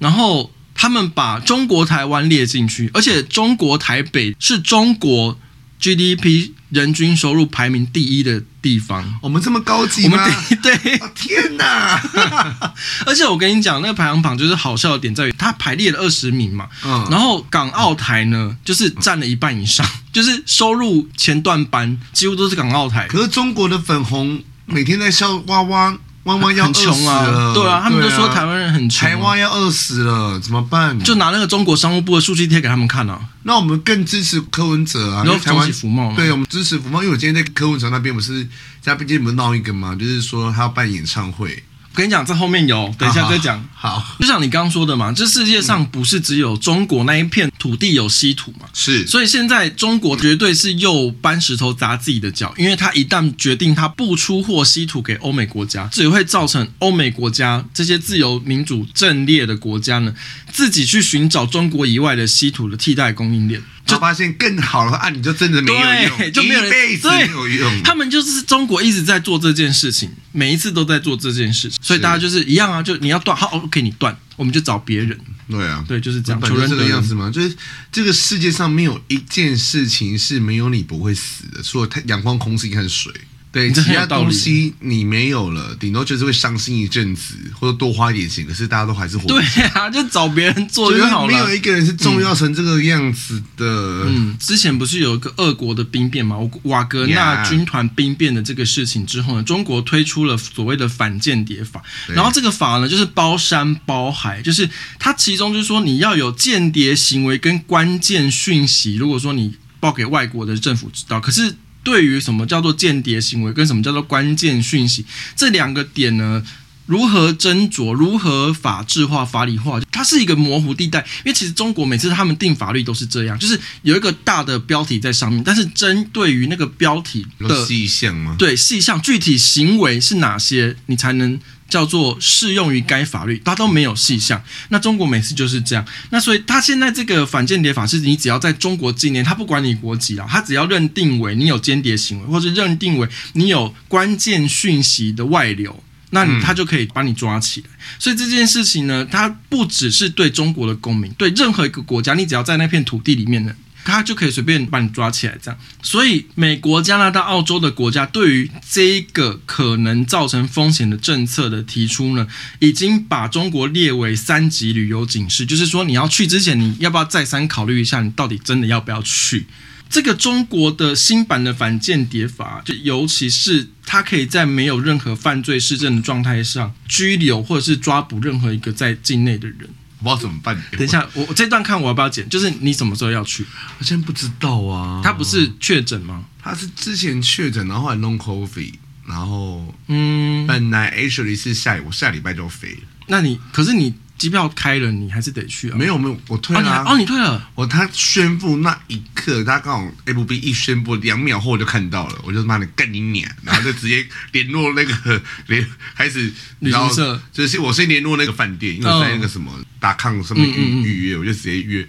Speaker 1: 然后他们把中国台湾列进去，而且中国台北是中国 GDP 人均收入排名第一的地方。
Speaker 2: 我们这么高级
Speaker 1: 我
Speaker 2: 吗
Speaker 1: 们？第一对，
Speaker 2: 哦、天哪！
Speaker 1: 而且我跟你讲，那个排行榜就是好笑的点在于，它排列了二十名嘛，
Speaker 2: 嗯
Speaker 1: 然后港澳台呢，就是占了一半以上， 就是收入前段班几乎都是港澳台，
Speaker 2: 可是中国的粉红每天在笑哇哇弯弯要
Speaker 1: 很
Speaker 2: 饿死
Speaker 1: 穷啊
Speaker 2: 了，，
Speaker 1: 对啊，他们都说
Speaker 2: 对啊
Speaker 1: 台湾人很穷啊、
Speaker 2: 台湾要饿死了，怎么办？
Speaker 1: 就拿那个中国商务部的数据贴给他们看啊，
Speaker 2: 那我们更支持柯文哲啊，
Speaker 1: 你
Speaker 2: 因
Speaker 1: 说
Speaker 2: 为台湾
Speaker 1: 恭喜福茂吗
Speaker 2: 对，我们支持福茂，因为我今天在柯文哲那边不是嘉宾界不是闹一个嘛，就是说他要办演唱会，
Speaker 1: 我跟你讲，这后面有，等一下再讲。
Speaker 2: 啊好，好，嗯
Speaker 1: 就像你刚刚说的嘛，这世界上不是只有中国那一片土地有稀土嘛，
Speaker 2: 是，
Speaker 1: 所以现在中国绝对是又搬石头砸自己的脚，因为他一旦决定他不出货稀土给欧美国家，只会造成欧美国家这些自由民主阵列的国家呢，自己去寻找中国以外的稀土的替代供应链。
Speaker 2: 就发现更好的话，啊，你就真的没有
Speaker 1: 对，
Speaker 2: 用，
Speaker 1: 就没有
Speaker 2: 一辈
Speaker 1: 人
Speaker 2: 子没有用。
Speaker 1: 他们就是中国一直在做这件事情，每一次都在做这件事情，所以
Speaker 2: 是
Speaker 1: 大家就是一样啊，就你要断，好，OK，你断，我们就找别人。
Speaker 2: 对啊，
Speaker 1: 对就是这样
Speaker 2: 本
Speaker 1: 求
Speaker 2: 来
Speaker 1: 人
Speaker 2: 就这
Speaker 1: 得
Speaker 2: 个
Speaker 1: 人
Speaker 2: 样子嘛，就是这个世界上没有一件事情是没有你不会死的，除了太阳光、空气和水。对，
Speaker 1: 你这
Speaker 2: 其
Speaker 1: 很有
Speaker 2: 他
Speaker 1: 道理
Speaker 2: 东西你没有了，顶多就是会伤心一阵子，或者多花一点钱，可是大家都还是活着。
Speaker 1: 对啊，就找别人做
Speaker 2: 就是
Speaker 1: 就好
Speaker 2: 没有
Speaker 1: 了。
Speaker 2: 一个人是重要成这个样子的。
Speaker 1: 嗯，之前不是有一个俄国的兵变嘛？瓦格纳
Speaker 2: Yeah
Speaker 1: 军团兵变的这个事情之后呢，中国推出了所谓的反间谍法，然后这个法呢就是包山包海，就是它其中就是说你要有间谍行为跟关键讯息，如果说你报给外国的政府知道，可是。对于什么叫做间谍行为跟什么叫做关键讯息这两个点呢，如何斟酌，如何法制化、法理化，它是一个模糊地带。因为其实中国每次他们定法律都是这样，就是有一个大的标题在上面，但是针对于那个标题
Speaker 2: 有
Speaker 1: 的
Speaker 2: 细项吗？
Speaker 1: 对细项、具体行为是哪些，你才能叫做适用于该法律，它都没有细项。那中国每次就是这样，那所以它现在这个反间谍法是，你只要在中国境内，它不管你国籍啦，它只要认定为你有间谍行为，或是认定为你有关键讯息的外流。那你他就可以把你抓起来，所以这件事情呢，它不只是对中国的公民，对任何一个国家，你只要在那片土地里面呢，他就可以随便把你抓起来，这样。所以，美国、加拿大、澳洲的国家对于这一个可能造成风险的政策的提出呢，已经把中国列为三级旅游警示，就是说你要去之前，你要不要再三考虑一下，你到底真的要不要去？这个中国的新版的反间谍法，就尤其是它可以在没有任何犯罪事证的状态上拘留或者是抓捕任何一个在境内的人。
Speaker 2: 我不知道怎么办。
Speaker 1: 等一，下，我我这段看我要不要剪？就是你什么时候要去？
Speaker 2: 我现在不知道啊。
Speaker 1: 他不是确诊吗？
Speaker 2: 他是之前确诊，然后后来弄 COVID，然后
Speaker 1: 嗯，
Speaker 2: 本来 actually 是下我下礼拜就要飞了，
Speaker 1: 那你可是你机票开了，你还是得去啊。
Speaker 2: 没有没有，我退
Speaker 1: 哦，你
Speaker 2: 了
Speaker 1: 还
Speaker 2: 啊、
Speaker 1: 哦，你退了，
Speaker 2: 我他宣布那一刻，他刚好 FB 一宣布，两秒后我就看到了，我就妈的干你娘，然后就直接联络那个 联开始，
Speaker 1: 旅行社
Speaker 2: 然后就是我先联络那个饭店，因为我在那个什么达康上
Speaker 1: 嗯
Speaker 2: 面
Speaker 1: 嗯嗯嗯
Speaker 2: 预预约，我就直接约，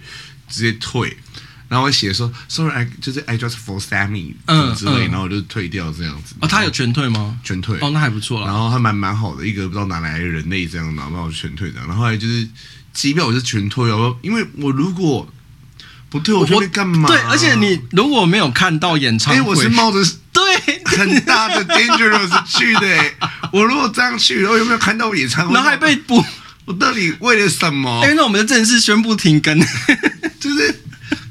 Speaker 2: 直接退。然后我写说，sorry，I 就是 I just for Sammy 什
Speaker 1: 嗯
Speaker 2: 么之类，
Speaker 1: 嗯
Speaker 2: 然后我就退掉这样子。
Speaker 1: 哦，他有全退吗？
Speaker 2: 全退，
Speaker 1: 哦，那还不错
Speaker 2: 然
Speaker 1: 啦。
Speaker 2: 后还蛮蛮好的，一个不知道哪来的人类这样，然后把我全退的。然后后来就是机票我是全退哦，因为我如果不退，我就会干嘛？
Speaker 1: 对，而且你如果没有看到演唱
Speaker 2: 哎、
Speaker 1: 会，
Speaker 2: 我是冒着
Speaker 1: 对，
Speaker 2: 很大的 dangerous 去的、哎我如果这样去，然后有没有看到我演唱会？
Speaker 1: 然后还被
Speaker 2: 哦
Speaker 1: 捕。
Speaker 2: 我到底为了什么
Speaker 1: 哎、？那我们就正式宣布停更。
Speaker 2: 就是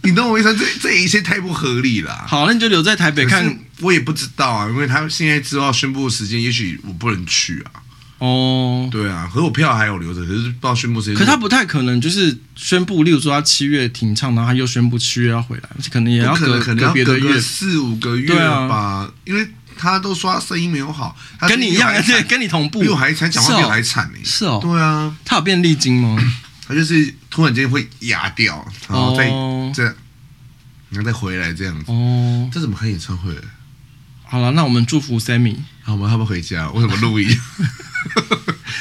Speaker 2: 你懂我意思吗？这这一切太不合理了。
Speaker 1: 好，那你就留在台北
Speaker 2: 可是
Speaker 1: 看
Speaker 2: 我也不知道啊，因为他现在知道宣布的时间，也许我不能去啊。
Speaker 1: 哦。
Speaker 2: 对啊，可是我票还有留着，可是不知道宣布时间。
Speaker 1: 可他不太可能就是宣布，例如说他七月停唱，然后他又宣布七月要回来，可能也要
Speaker 2: 不可
Speaker 1: 隔
Speaker 2: 能可能
Speaker 1: 隔
Speaker 2: 要
Speaker 1: 别的
Speaker 2: 隔
Speaker 1: 月
Speaker 2: 个，四五个月
Speaker 1: 对啊
Speaker 2: 吧，因为他都说他声音没有好，他
Speaker 1: 跟你一样，
Speaker 2: 声音比我还
Speaker 1: 对，
Speaker 2: 惨
Speaker 1: 跟你同步。
Speaker 2: 比我还惨，讲
Speaker 1: 是
Speaker 2: 话
Speaker 1: 哦
Speaker 2: 比我还惨呢。
Speaker 1: 是哦
Speaker 2: 对啊，
Speaker 1: 他有变历经 吗？
Speaker 2: 他就是突然间会哑掉，然后再
Speaker 1: 哦
Speaker 2: 这样，然后再回来这样子。
Speaker 1: 哦，
Speaker 2: 这怎么开演唱会？
Speaker 1: 好了，那我们祝福 Sammy。
Speaker 2: 好，我们要不要回家？为什么录 音？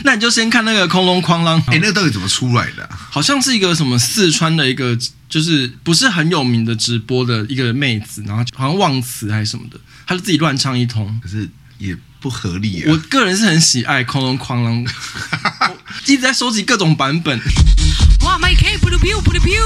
Speaker 1: 那你就先看那个空龙哐啷，
Speaker 2: 哎，那个到底怎么出来的啊？
Speaker 1: 好像是一个什么四川的一个，就是不是很有名的直播的一个妹子，然后好像忘词还是什么的，她就自己乱唱一通。
Speaker 2: 可是也不合理
Speaker 1: 我
Speaker 2: 啊。
Speaker 1: 个人是很喜爱空龙哐啷，我一直在收集各种版 本。
Speaker 3: 哇麦 K 不溜 biu 不溜 biu，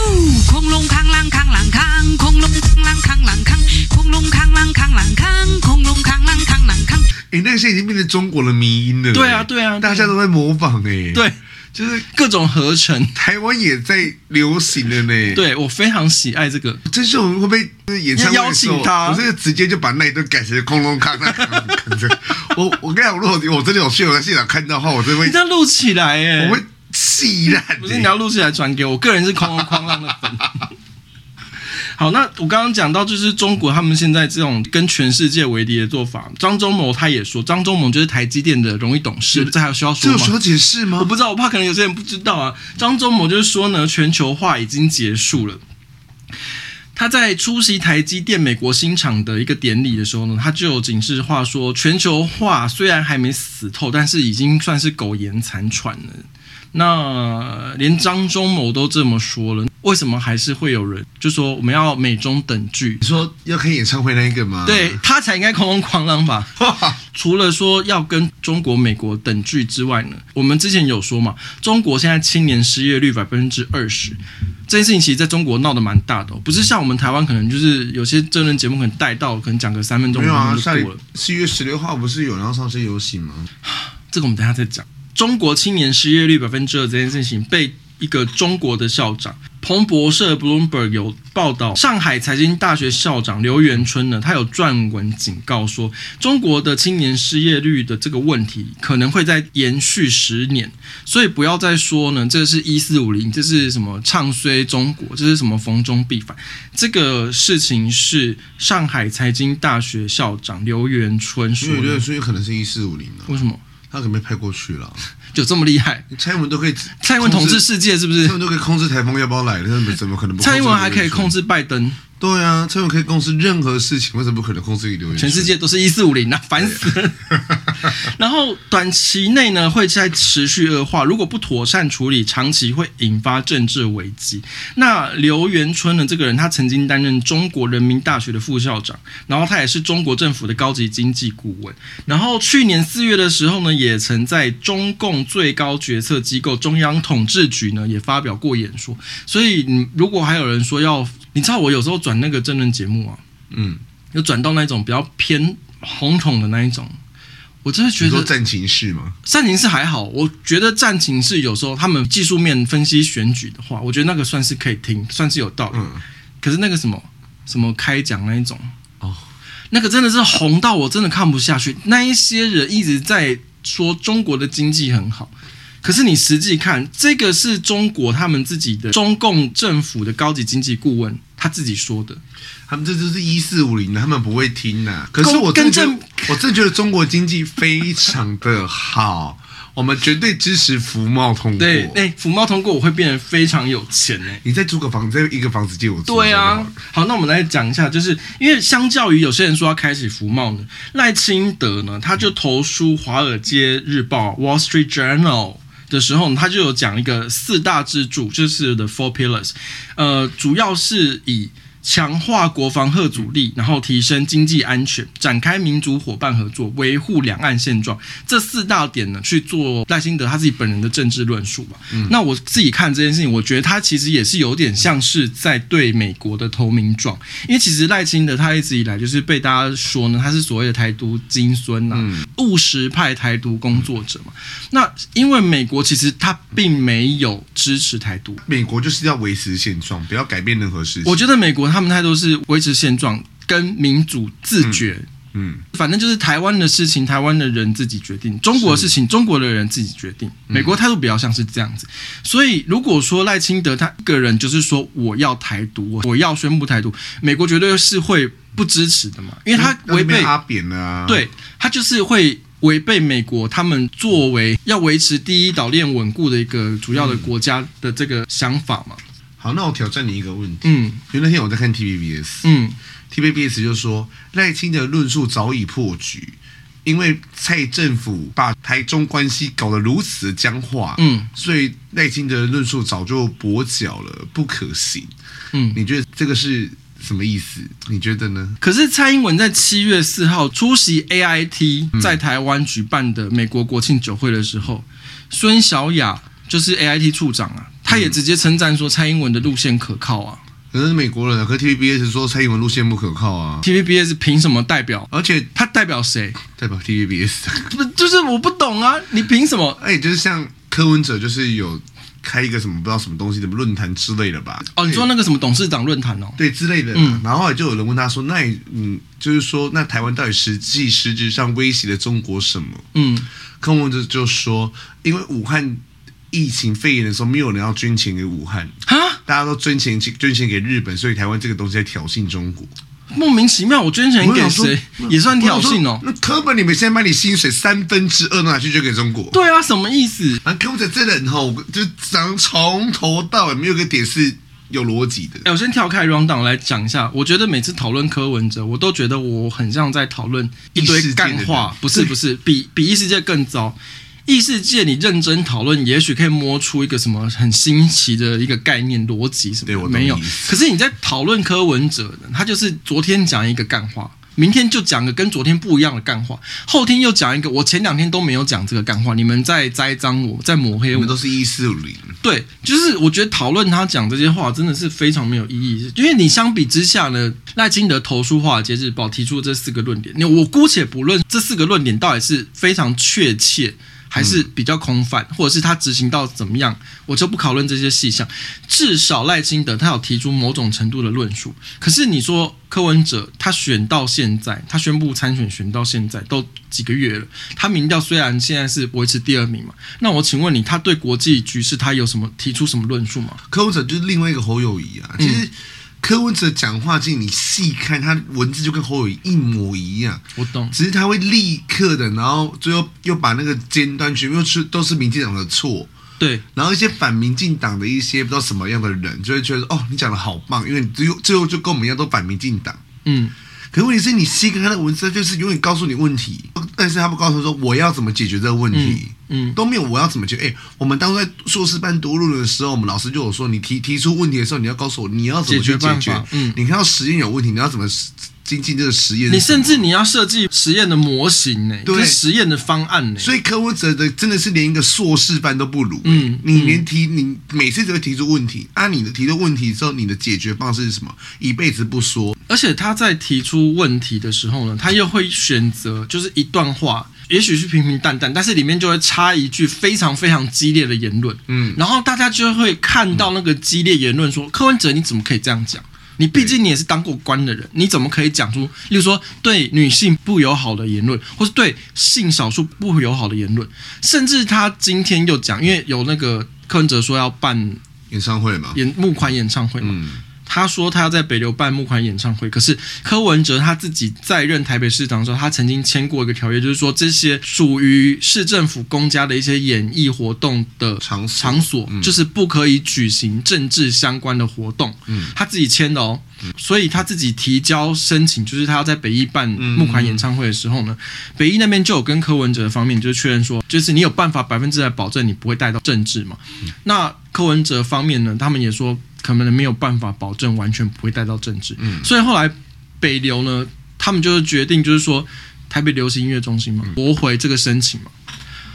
Speaker 3: 恐龙扛啷扛啷扛，恐龙扛啷扛啷扛，恐龙扛啷扛啷扛，恐龙扛啷扛啷扛。
Speaker 2: 哎，那个现在已经变成中国的迷音了。欸
Speaker 1: 对啊对啊对啊
Speaker 2: 大家都在模仿哎。
Speaker 1: 对，
Speaker 2: 就是
Speaker 1: 各种合成。
Speaker 2: 台湾也在流行了呢。
Speaker 1: 对我非常喜爱这个，
Speaker 2: 真是我们会不会就是演唱会的时候
Speaker 1: 邀请他
Speaker 2: 我这个直接就把那一段改成空空 康康康康。我我跟你讲，如果我真的有去我在现场看到的话，我真的会
Speaker 1: 你这样录起来耶！
Speaker 2: 我会气烂、欸。
Speaker 1: 不是你要录起来传给我，我个人是哐哐哐啷的粉。好，那我刚刚讲到，就是中国他们现在这种跟全世界为敌的做法。张忠谋他也说，张忠谋就是台积电的荣誉董事，这还有需要
Speaker 2: 这
Speaker 1: 说
Speaker 2: 有
Speaker 1: 吗？
Speaker 2: 需要解释
Speaker 1: 我
Speaker 2: 吗？
Speaker 1: 不知道，我怕可能有些人不知道啊。张忠谋就是说呢，全球化已经结束了。他在出席台积电美国新厂的一个典礼的时候呢，他就有警示话说，全球化虽然还没死透，但是已经算是苟延残喘了。那连张忠谋都这么说了，为什么还是会有人就说我们要美中等距？
Speaker 2: 你说要开演唱会那一个吗？
Speaker 1: 对他才应该空空哐啷吧？
Speaker 2: 哇，
Speaker 1: 除了说要跟中国、美国等距之外呢，我们之前有说嘛，中国现在青年失业率百分之二十，这件事情其实在中国闹得蛮大的、哦，不是像我们台湾可能就是有些争论节目可能带到，可能讲个三分钟
Speaker 2: 没有啊，
Speaker 1: 就
Speaker 2: 下礼
Speaker 1: 过了，
Speaker 2: 四月十六号不是有人要上街游行吗？
Speaker 1: 这个我们等一下再讲。中国青年失业率百分之二这件事情被一个中国的校长。彭博社 （Bloomberg） 有报道，上海财经大学校长刘元春呢，他有撰文警告说，中国的青年失业率的这个问题可能会在延续十年，所以不要再说呢，这是一四五零，这是什么唱衰中国，这是什么逢中必反，这个事情是上海财经大学校长刘元春
Speaker 2: 因为
Speaker 1: 说
Speaker 2: 我觉得
Speaker 1: 的。
Speaker 2: 所以可能是一四五零了，
Speaker 1: 为什么
Speaker 2: 他可能被拍过去了。
Speaker 1: 有这么厉害？
Speaker 2: 蔡英文都可以，
Speaker 1: 蔡英文统治世界是不 是
Speaker 2: 蔡？英文都可以控制台风要不要来，那怎么可能不控制
Speaker 1: 蔡英文还可以控
Speaker 2: 流言
Speaker 1: 制拜登，
Speaker 2: 圈？对啊，蔡英文可以控制任何事情，为什么不可能控制一个流言
Speaker 1: 全
Speaker 2: 圈？
Speaker 1: 世界都是一四五零啊，烦死 了。然后短期内呢会在持续恶化，如果不妥善处理，长期会引发政治危机。那刘元春呢这个人，他曾经担任中国人民大学的副校长，然后他也是中国政府的高级经济顾问。然后去年四月的时候呢，也曾在中共最高决策机构中央统治局呢也发表过演说。所以你如果还有人说要，你知道我有时候转那个政论节目啊，
Speaker 2: 嗯，
Speaker 1: 有转到那种比较偏红统的那一种，我真的觉
Speaker 2: 你说
Speaker 1: 得
Speaker 2: 战情室吗？
Speaker 1: 战情是还好，我觉得战情是有时候他们技术面分析选举的话，我觉得那个算是可以听，算是有道理。
Speaker 2: 嗯，
Speaker 1: 可是那个什么什么开讲那一种，
Speaker 2: 哦，
Speaker 1: 那个真的是红到我真的看不下去。那一些人一直在说中国的经济很好，可是你实际看，这个是中国他们自己的中共政府的高级经济顾问他自己说的。
Speaker 2: 他们这就是一四五零，他们不会听呐、可是
Speaker 1: 跟
Speaker 2: 我真
Speaker 1: 跟
Speaker 2: 的觉得
Speaker 1: 正，
Speaker 2: 我真的觉得中国经济非常的好，我们绝对支持福茂通过。
Speaker 1: 对，哎、福猫通过我会变得非常有钱哎呢、
Speaker 2: 你再租个房子，再一个房子借我住。
Speaker 1: 对
Speaker 2: 好不
Speaker 1: 啊
Speaker 2: 好，
Speaker 1: 好，那我们来讲一下，就是因为相较于有些人说要开启福茂呢，赖清德呢，他就投书《华尔街日报》（Wall Street Journal）。的时候呢，他就有讲一个四大支柱，就是 The Four Pillars，呃，主要是以强化国防核主力，然后提升经济安全，展开民族伙伴合作，维护两岸现状，这四大点呢去做赖清德他自己本人的政治论述吧。那我自己看这件事情，我觉得他其实也是有点像是在对美国的投名状，因为其实赖清德他一直以来就是被大家说呢，他是所谓的台独金孙呐、务实派台独工作者嘛。那因为美国其实他并没有支持台独，
Speaker 2: 美国就是要维持现状，不要改变任何事情。
Speaker 1: 我觉得美国他们态度是维持现状跟民主自觉。
Speaker 2: 嗯，
Speaker 1: 反正就是台湾的事情，台湾的人自己决定；中国的事情，中国的人自己决定。
Speaker 2: 嗯
Speaker 1: 美国态度比较像是这样子，所以如果说赖清德他一个人就是说我要台独，我我要宣布台独，美国绝对是会不支持的嘛，因为他
Speaker 2: 嗯那
Speaker 1: 违
Speaker 2: 就被
Speaker 1: 背
Speaker 2: 阿扁了啊。
Speaker 1: 对，他就是会违背美国他们作为要维持第一岛链稳固的一个主要的国家的这个想法嘛。
Speaker 2: 好，那我挑战你一个问题，
Speaker 1: 嗯
Speaker 2: 因为那天我在看 TVBS，
Speaker 1: 嗯，
Speaker 2: TVBS 就说赖清德论述早已破局，因为蔡政府把台中关系搞得如此的僵化，
Speaker 1: 嗯，
Speaker 2: 所以赖清德的论述早就跛脚了，不可行。
Speaker 1: 嗯
Speaker 2: 你觉得这个是什么意思？你觉得呢？
Speaker 1: 可是蔡英文在七月四号出席
Speaker 2: 嗯
Speaker 1: AIT 在台湾举办的美国国庆酒会的时候，孙小雅就是 AIT 处长啊，他也直接称赞说蔡英文的路线可靠啊。
Speaker 2: 可是美国人啊，可是 TVBS 说蔡英文路线不可靠啊，
Speaker 1: TVBS 凭什么代表？
Speaker 2: 而且
Speaker 1: 他代表谁？
Speaker 2: 代表 TVBS，
Speaker 1: 不就是我不懂啊！你凭什么？
Speaker 2: 哎，就是像柯文哲就是有开一个什么不知道什么东西的论坛之类的吧？
Speaker 1: 哦，你说那个什么董事长论坛哦？
Speaker 2: 对之类的。
Speaker 1: 嗯
Speaker 2: 然后后来就有人问他说：“那你嗯，就是说，那台湾到底实际实质上威胁了中国什么
Speaker 1: 嗯？”
Speaker 2: 柯文哲就说：“因为武汉疫情肺炎的时候，没有人要捐钱给武汉，
Speaker 1: 啊，
Speaker 2: 大家都捐钱捐钱给日本，所以台湾这个东西在挑衅中国。
Speaker 1: 莫名其妙，我捐钱
Speaker 2: 我
Speaker 1: 给
Speaker 2: 想说”
Speaker 1: 谁也算挑衅哦
Speaker 2: 我想说。那柯本，你们现在把你薪水三分之二都拿去捐给中国？
Speaker 1: 对啊，什么意思？
Speaker 2: 然后柯文哲这人吼，就讲从头到尾没有一个点是有逻辑的。
Speaker 1: 哎，我先跳开 round down 来讲一下，我觉得每次讨论柯文哲，我都觉得我很像在讨论一
Speaker 2: 异世
Speaker 1: 堆
Speaker 2: 界
Speaker 1: 干
Speaker 2: 的
Speaker 1: 话
Speaker 2: 人，
Speaker 1: 不是不是，比比异世界更糟。异世界你认真讨论，也许可以摸出一个什么很新奇的一个概念逻辑什么的，
Speaker 2: 对我懂
Speaker 1: 没有
Speaker 2: 你意。思
Speaker 1: 可是你在讨论柯文哲呢，他就是昨天讲一个干话。明天就讲个跟昨天不一样的干话，后天又讲一个我前两天都没有讲这个干话，你们在栽赃我，在抹黑
Speaker 2: 你
Speaker 1: 我
Speaker 2: 们，都是一四五零，
Speaker 1: 对，就是我觉得讨论他讲这些话真的是非常没有意义，因为你相比之下呢，赖清德投书《华尔街日报》提出的这四个论点，你我姑且不论这四个论点到底是非常确切。还是比较空泛，或者是他执行到怎么样，我就不讨论这些细项。至少赖清德他有提出某种程度的论述，可是你说柯文哲他选到现在，他宣布参选选到现在都几个月了，他民调虽然现在是维持第二名嘛，那我请问你，他对国际局势他有什么提出什么论述吗？
Speaker 2: 柯文哲就是另外一个侯友谊啊。其实
Speaker 1: 嗯
Speaker 2: 柯文哲讲话进，你细看他文字就跟侯友谊一模一样，
Speaker 1: 我懂，
Speaker 2: 只是他会立刻的，然后最后又把那个尖端全部又是都是民进党的错，
Speaker 1: 对，
Speaker 2: 然后一些反民进党的一些不知道什么样的人就会觉得哦，你讲的好棒，因为你最后最后就跟我们一样都反民进党。
Speaker 1: 嗯，
Speaker 2: 可问题是你细看他的文字，他就是永远告诉你问题，但是他不告诉说我要怎么解决这个问题，
Speaker 1: 嗯嗯
Speaker 2: 都没有我要怎么解决。哎、我们当初在硕士班读论文的时候，我们老师就有说，你提提出问题的时候，你要告诉我你要怎么去
Speaker 1: 解决
Speaker 2: 解
Speaker 1: 办
Speaker 2: 决。
Speaker 1: 法嗯
Speaker 2: 你看到实验有问题，你要怎么精进这个实验是
Speaker 1: 你
Speaker 2: 什
Speaker 1: 甚
Speaker 2: 么？
Speaker 1: 至你要设计实验的模型呢、
Speaker 2: 对
Speaker 1: 跟实验的方案呢、
Speaker 2: 所
Speaker 1: 以，
Speaker 2: 以柯文哲的真的是连一个硕士班都不如、哎
Speaker 1: 嗯
Speaker 2: 你连提你每次只会提出问题，啊，你的提出问题之后，你的解决方式是什么？一辈子不说，
Speaker 1: 而且他在提出问题的时候呢，他又会选择就是一段话，也许是平平淡淡，但是里面就会插一句非常非常激烈的言论，
Speaker 2: 嗯
Speaker 1: 然后大家就会看到那个激烈言论说，柯文哲你怎么可以这样讲？你毕竟你也是当过官的人，你怎么可以讲出，例如说对女性不友好的言论，或是对性少数不友好的言论？甚至他今天又讲，因为有那个柯文哲说要办
Speaker 2: 演唱会嘛，
Speaker 1: 演募款演唱会嘛，
Speaker 2: 嗯，
Speaker 1: 他说他要在北流办募款演唱会，可是柯文哲他自己在任台北市长的时候，他曾经签过一个条约，就是说这些属于市政府公家的一些演艺活动的
Speaker 2: 场所
Speaker 1: 场所，
Speaker 2: 嗯
Speaker 1: 就是不可以举行政治相关的活动。
Speaker 2: 嗯
Speaker 1: 他自己签的哦，所以他自己提交申请，就是他要在北艺办募款演唱会的时候呢，
Speaker 2: 嗯
Speaker 1: 北艺那边就有跟柯文哲方面就是确认说，就是你有办法百分之百保证你不会带到政治嘛？那柯文哲方面呢，他们也说可能没有办法保证完全不会带到政治，
Speaker 2: 嗯
Speaker 1: 所以后来北流呢，他们就是决定就是说台北流行音乐中心嘛，
Speaker 2: 嗯
Speaker 1: 驳回这个申请嘛。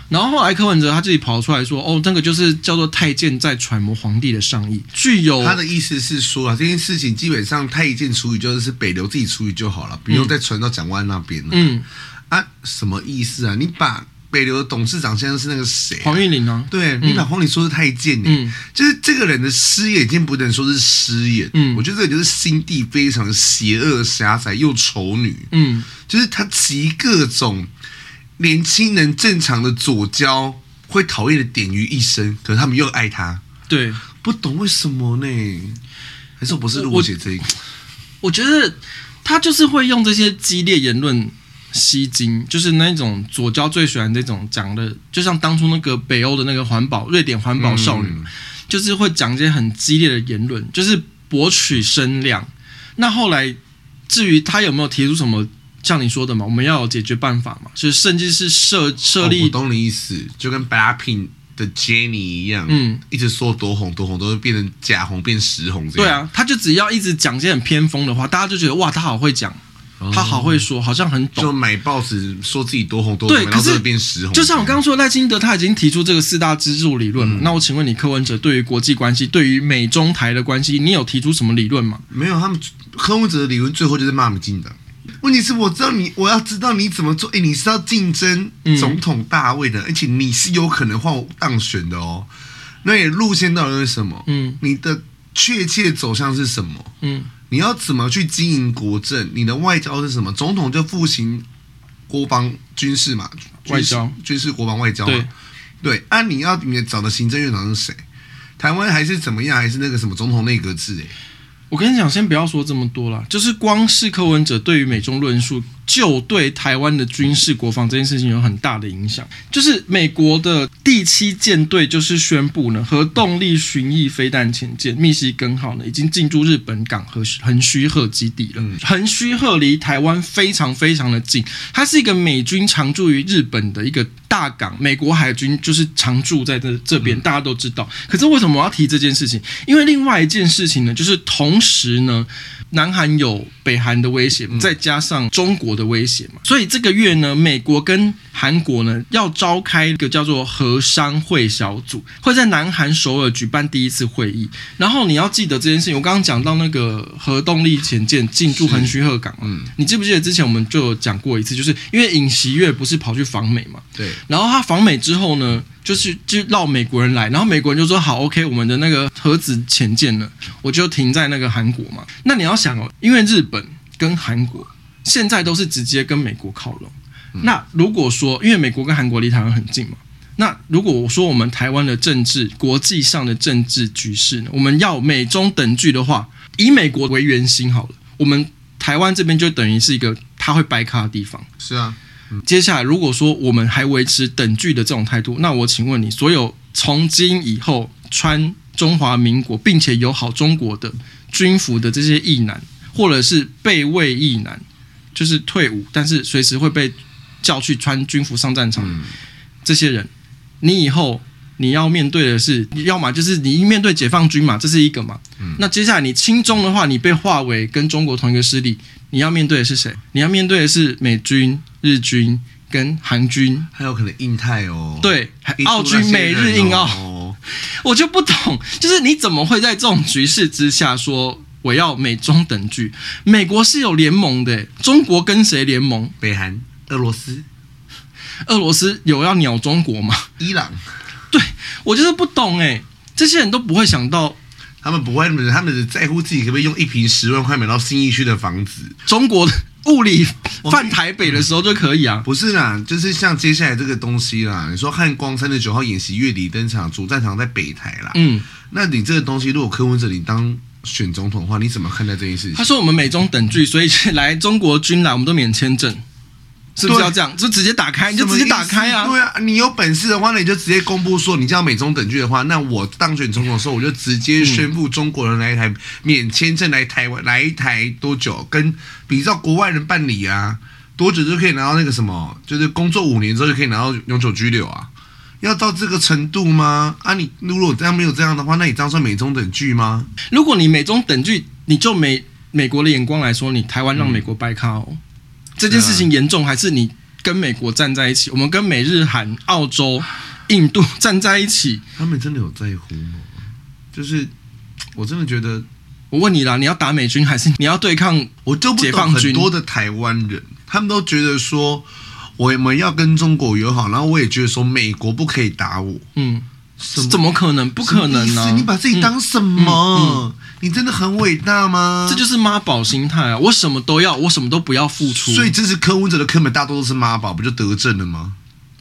Speaker 1: 然后后来柯文哲他自己跑出来说，哦，那个就是叫做太监在揣摩皇帝的上意，具有
Speaker 2: 他的意思是说啊，这件事情基本上太监处理就是北流自己处理就好了，不用再传到蒋万安那边了。
Speaker 1: 嗯
Speaker 2: 啊，什么意思啊？你把北流的董事长现在是那个谁、啊？
Speaker 1: 黄玉玲啊，
Speaker 2: 对你把黄礼说是太监、欸，
Speaker 1: 嗯
Speaker 2: 就是这个人的失言已经不能说是失言，
Speaker 1: 嗯
Speaker 2: 我觉得这个就是心地非常邪恶、狭窄又丑女，
Speaker 1: 嗯
Speaker 2: 就是他集各种年轻人正常的左交会讨厌的点于一身，可是他们又爱他，
Speaker 1: 对，
Speaker 2: 不懂为什么呢？还是我不是我写这一个？
Speaker 1: 我觉得他就是会用这些激烈言论吸睛，就是那种左交最喜欢这种讲的，就像当初那个北欧的那个环保瑞典环保少女，
Speaker 2: 嗯
Speaker 1: 就是会讲一些很激烈的言论，就是博取声量。那后来至于他有没有提出什么？像你说的嘛，我们要有解决办法嘛，就是甚至是设设
Speaker 2: 哦我
Speaker 1: 立
Speaker 2: 懂你意思，就跟 Blackpink 的 Jennie 一样，
Speaker 1: 嗯，
Speaker 2: 一直说多红多红，都会变成假红变实红这
Speaker 1: 对
Speaker 2: 样。
Speaker 1: 啊，他就只要一直讲一些很偏锋的话，大家就觉得哇，他好会讲，他好会说，好像很
Speaker 2: 就
Speaker 1: 懂。
Speaker 2: 买报纸说自己多红多红，
Speaker 1: 对，
Speaker 2: 然
Speaker 1: 可
Speaker 2: 后真
Speaker 1: 是
Speaker 2: 的变实红。
Speaker 1: 就像我刚刚说，赖清德他已经提出这个四大支柱理论
Speaker 2: 嗯
Speaker 1: 嘛。那我请问你，柯文哲对于国际关系、对于美中台的关系，你有提出什么理论吗？
Speaker 2: 没有他们柯文哲的理论，最后就是骂民进党。问题是我知道你，我要知道你怎么做。哎，你是要竞争
Speaker 1: 嗯
Speaker 2: 总统大位的，而且你是有可能换当选的哦。那你的路线到底是什么？
Speaker 1: 嗯，
Speaker 2: 你的确切走向是什么？
Speaker 1: 嗯
Speaker 2: 你要怎么去经营国政？你的外交是什么？总统就复行国防军事嘛，军事
Speaker 1: 外交、
Speaker 2: 军事、国防、外交嘛。对，啊，你要你找的行政院长是谁？台湾还是怎么样？还是那个什么总统内阁制、欸？
Speaker 1: 我跟你讲，先不要说这么多啦，就是光是柯文哲对于美中论述，就对台湾的军事国防这件事情有很大的影响。就是美国的第七舰队就是宣布呢，核动力巡弋飞弹潜舰密西根号呢已经进驻日本港和横须贺基地了。
Speaker 2: 嗯
Speaker 1: 横须贺离台湾非常非常的近，它是一个美军常驻于日本的一个大港，美国海军就是常驻在这这边，大家都知道。可是为什么我要提这件事情？因为另外一件事情呢，就是同时呢，南韩有北韩的威胁，再加上中国的威胁嘛，所以这个月呢，美国跟韩国呢要召开一个叫做核商会小组，会在南韩首尔举办第一次会议。然后你要记得这件事情，我刚刚讲到那个核动力潜舰进驻横须贺港嘛，你记不记得之前我们就有讲过一次，就是因为尹锡悦不是跑去访美嘛，
Speaker 2: 对，
Speaker 1: 然后他访美之后呢，就是就绕美国人来，然后美国人就说好，OK，我们的那个核子潜舰呢，我就停在那个韩国嘛。那你要想哦，因为日本跟韩国现在都是直接跟美国靠拢，那如果说因为美国跟韩国离台湾很近嘛。那如果我说我们台湾的政治、国际上的政治局势呢，我们要美中等距的话，以美国为圆心好了，我们台湾这边就等于是一个它会掰开的地方。
Speaker 2: 是啊，
Speaker 1: 接下来，如果说我们还维持等距的这种态度，那我请问你，所有从今以后穿中华民国并且友好中国的军服的这些役男，或者是被位役男，就是退伍但是随时会被叫去穿军服上战场、这些人，你以后你要面对的是，要么就是你面对解放军嘛，这是一个嘛。那接下来你亲中的话，你被划为跟中国同一个势力，你要面对的是谁？你要面对的是美军、日军跟韩军，
Speaker 2: 还有可能印太哦，
Speaker 1: 对，还
Speaker 2: 印度
Speaker 1: 澳军、
Speaker 2: 那些
Speaker 1: 美
Speaker 2: 人哦
Speaker 1: 日印澳。我就不懂，就是你怎么会在这种局势之下说我要美中等距？美国是有联盟的，中国跟谁联盟？
Speaker 2: 北韩、俄罗斯、
Speaker 1: 俄罗斯有要鸟中国吗？
Speaker 2: 伊朗，
Speaker 1: 欸对我就是不懂哎，这些人都不会想到
Speaker 2: 他们不会，他们他们只在乎自己可不可以用一瓶十万块买到新义区的房子。
Speaker 1: 中国的物理犯台北的时候就可以啊。
Speaker 2: 不是啦，就是像接下来这个东西啦，你说汉光三十九号演习月底登场，主战场在北台啦。
Speaker 1: 嗯，
Speaker 2: 那你这个东西，如果柯文哲你当选总统的话，你怎么看待这件事
Speaker 1: 他
Speaker 2: 情？
Speaker 1: 说我们美中等距，所以来中国军来我们都免签证，是不是
Speaker 2: 对
Speaker 1: 要这样？就直接打开，你就直接打开啊
Speaker 2: 什么。意思对啊，你有本事的话，那你就直接公布说，你叫美中等距的话，那我当选总统的时候，我就直接
Speaker 1: 嗯
Speaker 2: 宣布中国人来台免签证来台湾来台多久，跟比照国外人办理啊，多久就可以拿到那个什么，就是工作五年之后就可以拿到永久居留啊。要到这个程度吗？啊你，如果这样没有这样的话，那你这样算美中等距吗？
Speaker 1: 如果你美中等距，你就美美国的眼光来说，你台湾让美国掰咖哦，
Speaker 2: 嗯
Speaker 1: 这件事情严重，还是你跟美国站在一起？我们跟美日韩、澳洲、印度 站在一起。
Speaker 2: 他们真的有在乎吗？就是我真的觉得
Speaker 1: 我问你啦，你要打美军还是你要对抗？
Speaker 2: 我就不
Speaker 1: 解
Speaker 2: 懂
Speaker 1: 放
Speaker 2: 很
Speaker 1: 军
Speaker 2: 多的台湾人，他们都觉得说我们要跟中国友好，然后我也觉得说美国不可以打我，
Speaker 1: 嗯，
Speaker 2: 什么
Speaker 1: 怎么可能？不可能
Speaker 2: 什么意
Speaker 1: 啊！
Speaker 2: 思你把自己当什么？你真的很伟大吗？
Speaker 1: 嗯这就是妈宝心态啊！我什么都要，我什么都不要付出。
Speaker 2: 所以支持柯文哲的柯本大多都是妈宝，不就得证了吗？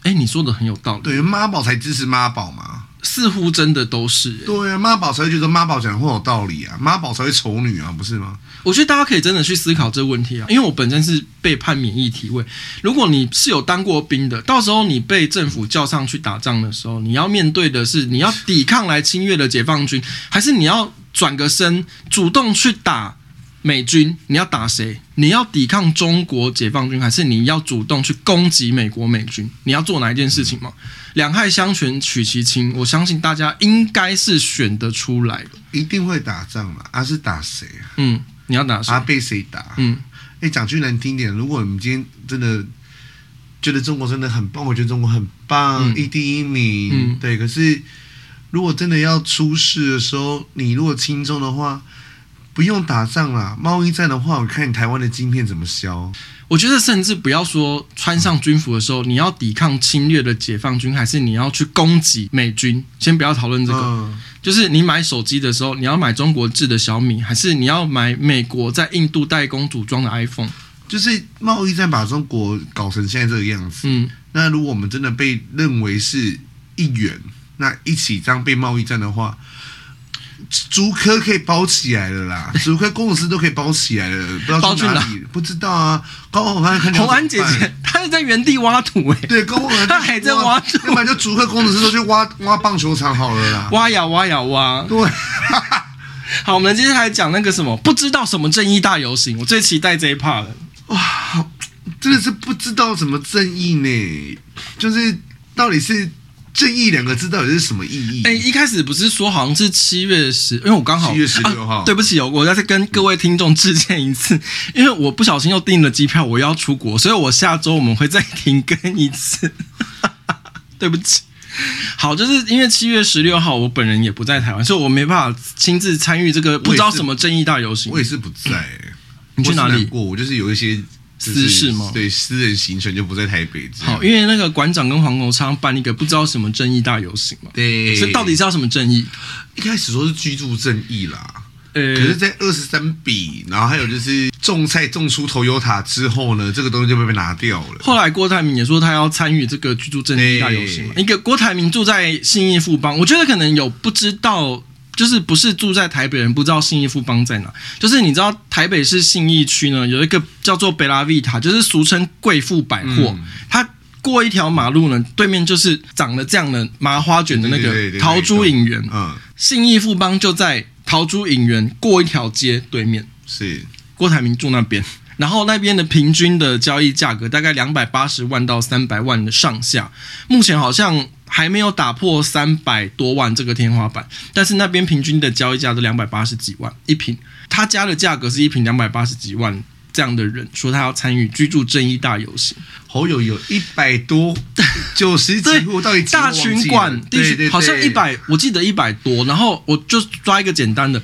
Speaker 1: 哎，你说的很有道理，
Speaker 2: 对，妈宝才支持妈宝嘛。
Speaker 1: 似乎真的都是、哎
Speaker 2: 对啊，妈宝才会觉得妈宝讲话有道理啊，妈宝才会丑女啊，不是吗？
Speaker 1: 我觉得大家可以真的去思考这个问题啊，因为我本身是被判免疫体位。如果你是有当过兵的，到时候你被政府叫上去打仗的时候，你要面对的是你要抵抗来侵略的解放军，还是你要转个身主动去打美军？你要打谁？你要抵抗中国解放军，还是你要主动去攻击美国美军？你要做哪一件事情吗？两害相权取其轻，我相信大家应该是选得出来的。
Speaker 2: 一定会打仗嘛？啊，是打谁啊？
Speaker 1: 嗯，你要打谁
Speaker 2: 啊，？被谁打？
Speaker 1: 嗯。
Speaker 2: 哎，讲句难听点，如果我们今天真的觉得中国真的很棒，我觉得中国很棒，
Speaker 1: 嗯
Speaker 2: 一第一名，
Speaker 1: 嗯
Speaker 2: 对。可是如果真的要出事的时候，你如果轻松的话，不用打仗啦，贸易战的话，我看你台湾的晶片怎么销。
Speaker 1: 我觉得甚至不要说穿上军服的时候，你要抵抗侵略的解放军，还是你要去攻击美军？先不要讨论这个，
Speaker 2: 嗯，
Speaker 1: 就是你买手机的时候，你要买中国制的小米，还是你要买美国在印度代工组装的 iPhone？
Speaker 2: 就是贸易战把中国搞成现在这个样子。
Speaker 1: 嗯，
Speaker 2: 那如果我们真的被认为是一员，那一起这样被贸易战的话，竹科可以包起来了 啦，竹科公司都可以包起来了，不知道
Speaker 1: 包
Speaker 2: 去
Speaker 1: 去
Speaker 2: 哪
Speaker 1: 哪
Speaker 2: 里，不知道啊。高宏安看你要
Speaker 1: 红安姐
Speaker 2: 怎么办
Speaker 1: 姐。 她是在原地挖土哎、
Speaker 2: 对，高宏安
Speaker 1: 她 还在挖土
Speaker 2: 要不然就竹科工程师都去挖挖棒球场好了啦。
Speaker 1: 挖呀挖呀挖。
Speaker 2: 对，
Speaker 1: 好，我们接下来讲那个什么，不知道什么正义大游行，我最期待这一 part 了。
Speaker 2: 真的是不知道怎么正义呢，就是到底是正义两个字到底是什么意义？
Speaker 1: 哎、一开始不是说好像是七月十，因为我刚好
Speaker 2: 7月16号
Speaker 1: 啊对不起哦，我再跟各位听众致歉一次， 因为我不小心又订了机票，我要出国，所以我下周我们会再停更一次， 对不起。好，就是因为七月十六号我本人也不在台湾，所以我没办法亲自参与这个不知道什么正义大游行
Speaker 2: 我。也是不在、欸。
Speaker 1: 你去哪
Speaker 2: 我是难
Speaker 1: 里？
Speaker 2: 过，我就是有一些就是
Speaker 1: 私事吗
Speaker 2: 对，私人行程就不在台北这样。
Speaker 1: 好，因为那个馆长跟黄国昌办一个不知道什么正义大游行嘛，
Speaker 2: 对，
Speaker 1: 所以到底是要什么正义？
Speaker 2: 一开始说是居住正义啦，
Speaker 1: 呃，
Speaker 2: 可是，在二十三笔，然后还有就是种菜种出头油塔之后呢，这个东西就被被拿掉了。
Speaker 1: 后来郭台铭也说他要参与这个居住正义大游行嘛。
Speaker 2: 对
Speaker 1: 一个郭台铭住在信义富邦，我觉得可能有不知道，就是不是住在台北人不知道信义富邦在哪。就是你知道台北市信义区呢有一个叫做贝拉维塔，就是俗称贵妇百货，
Speaker 2: 嗯
Speaker 1: 它。过一条马路呢，对面就是长了这样的麻花卷的那
Speaker 2: 对对对
Speaker 1: 个
Speaker 2: 对
Speaker 1: 桃珠影园，
Speaker 2: 嗯，
Speaker 1: 信义富邦就在桃珠影园过一条街对面。
Speaker 2: 是
Speaker 1: 郭台铭住那边，然后那边的平均的交易价格大概两百八十万到三百万的上下，目前好像还没有打破三百多万这个天花板，但是那边平均的交易价都两百八十几万一平，他家的价格是一平两百八十几万。这样的人说他要参与居住正义大游行，
Speaker 2: 侯友有一百多九十几户，到底几户
Speaker 1: 大
Speaker 2: 忘记了
Speaker 1: 群馆地
Speaker 2: 对
Speaker 1: 区
Speaker 2: 对对
Speaker 1: 好像一百，我记得一百多。然后我就抓一个简单的，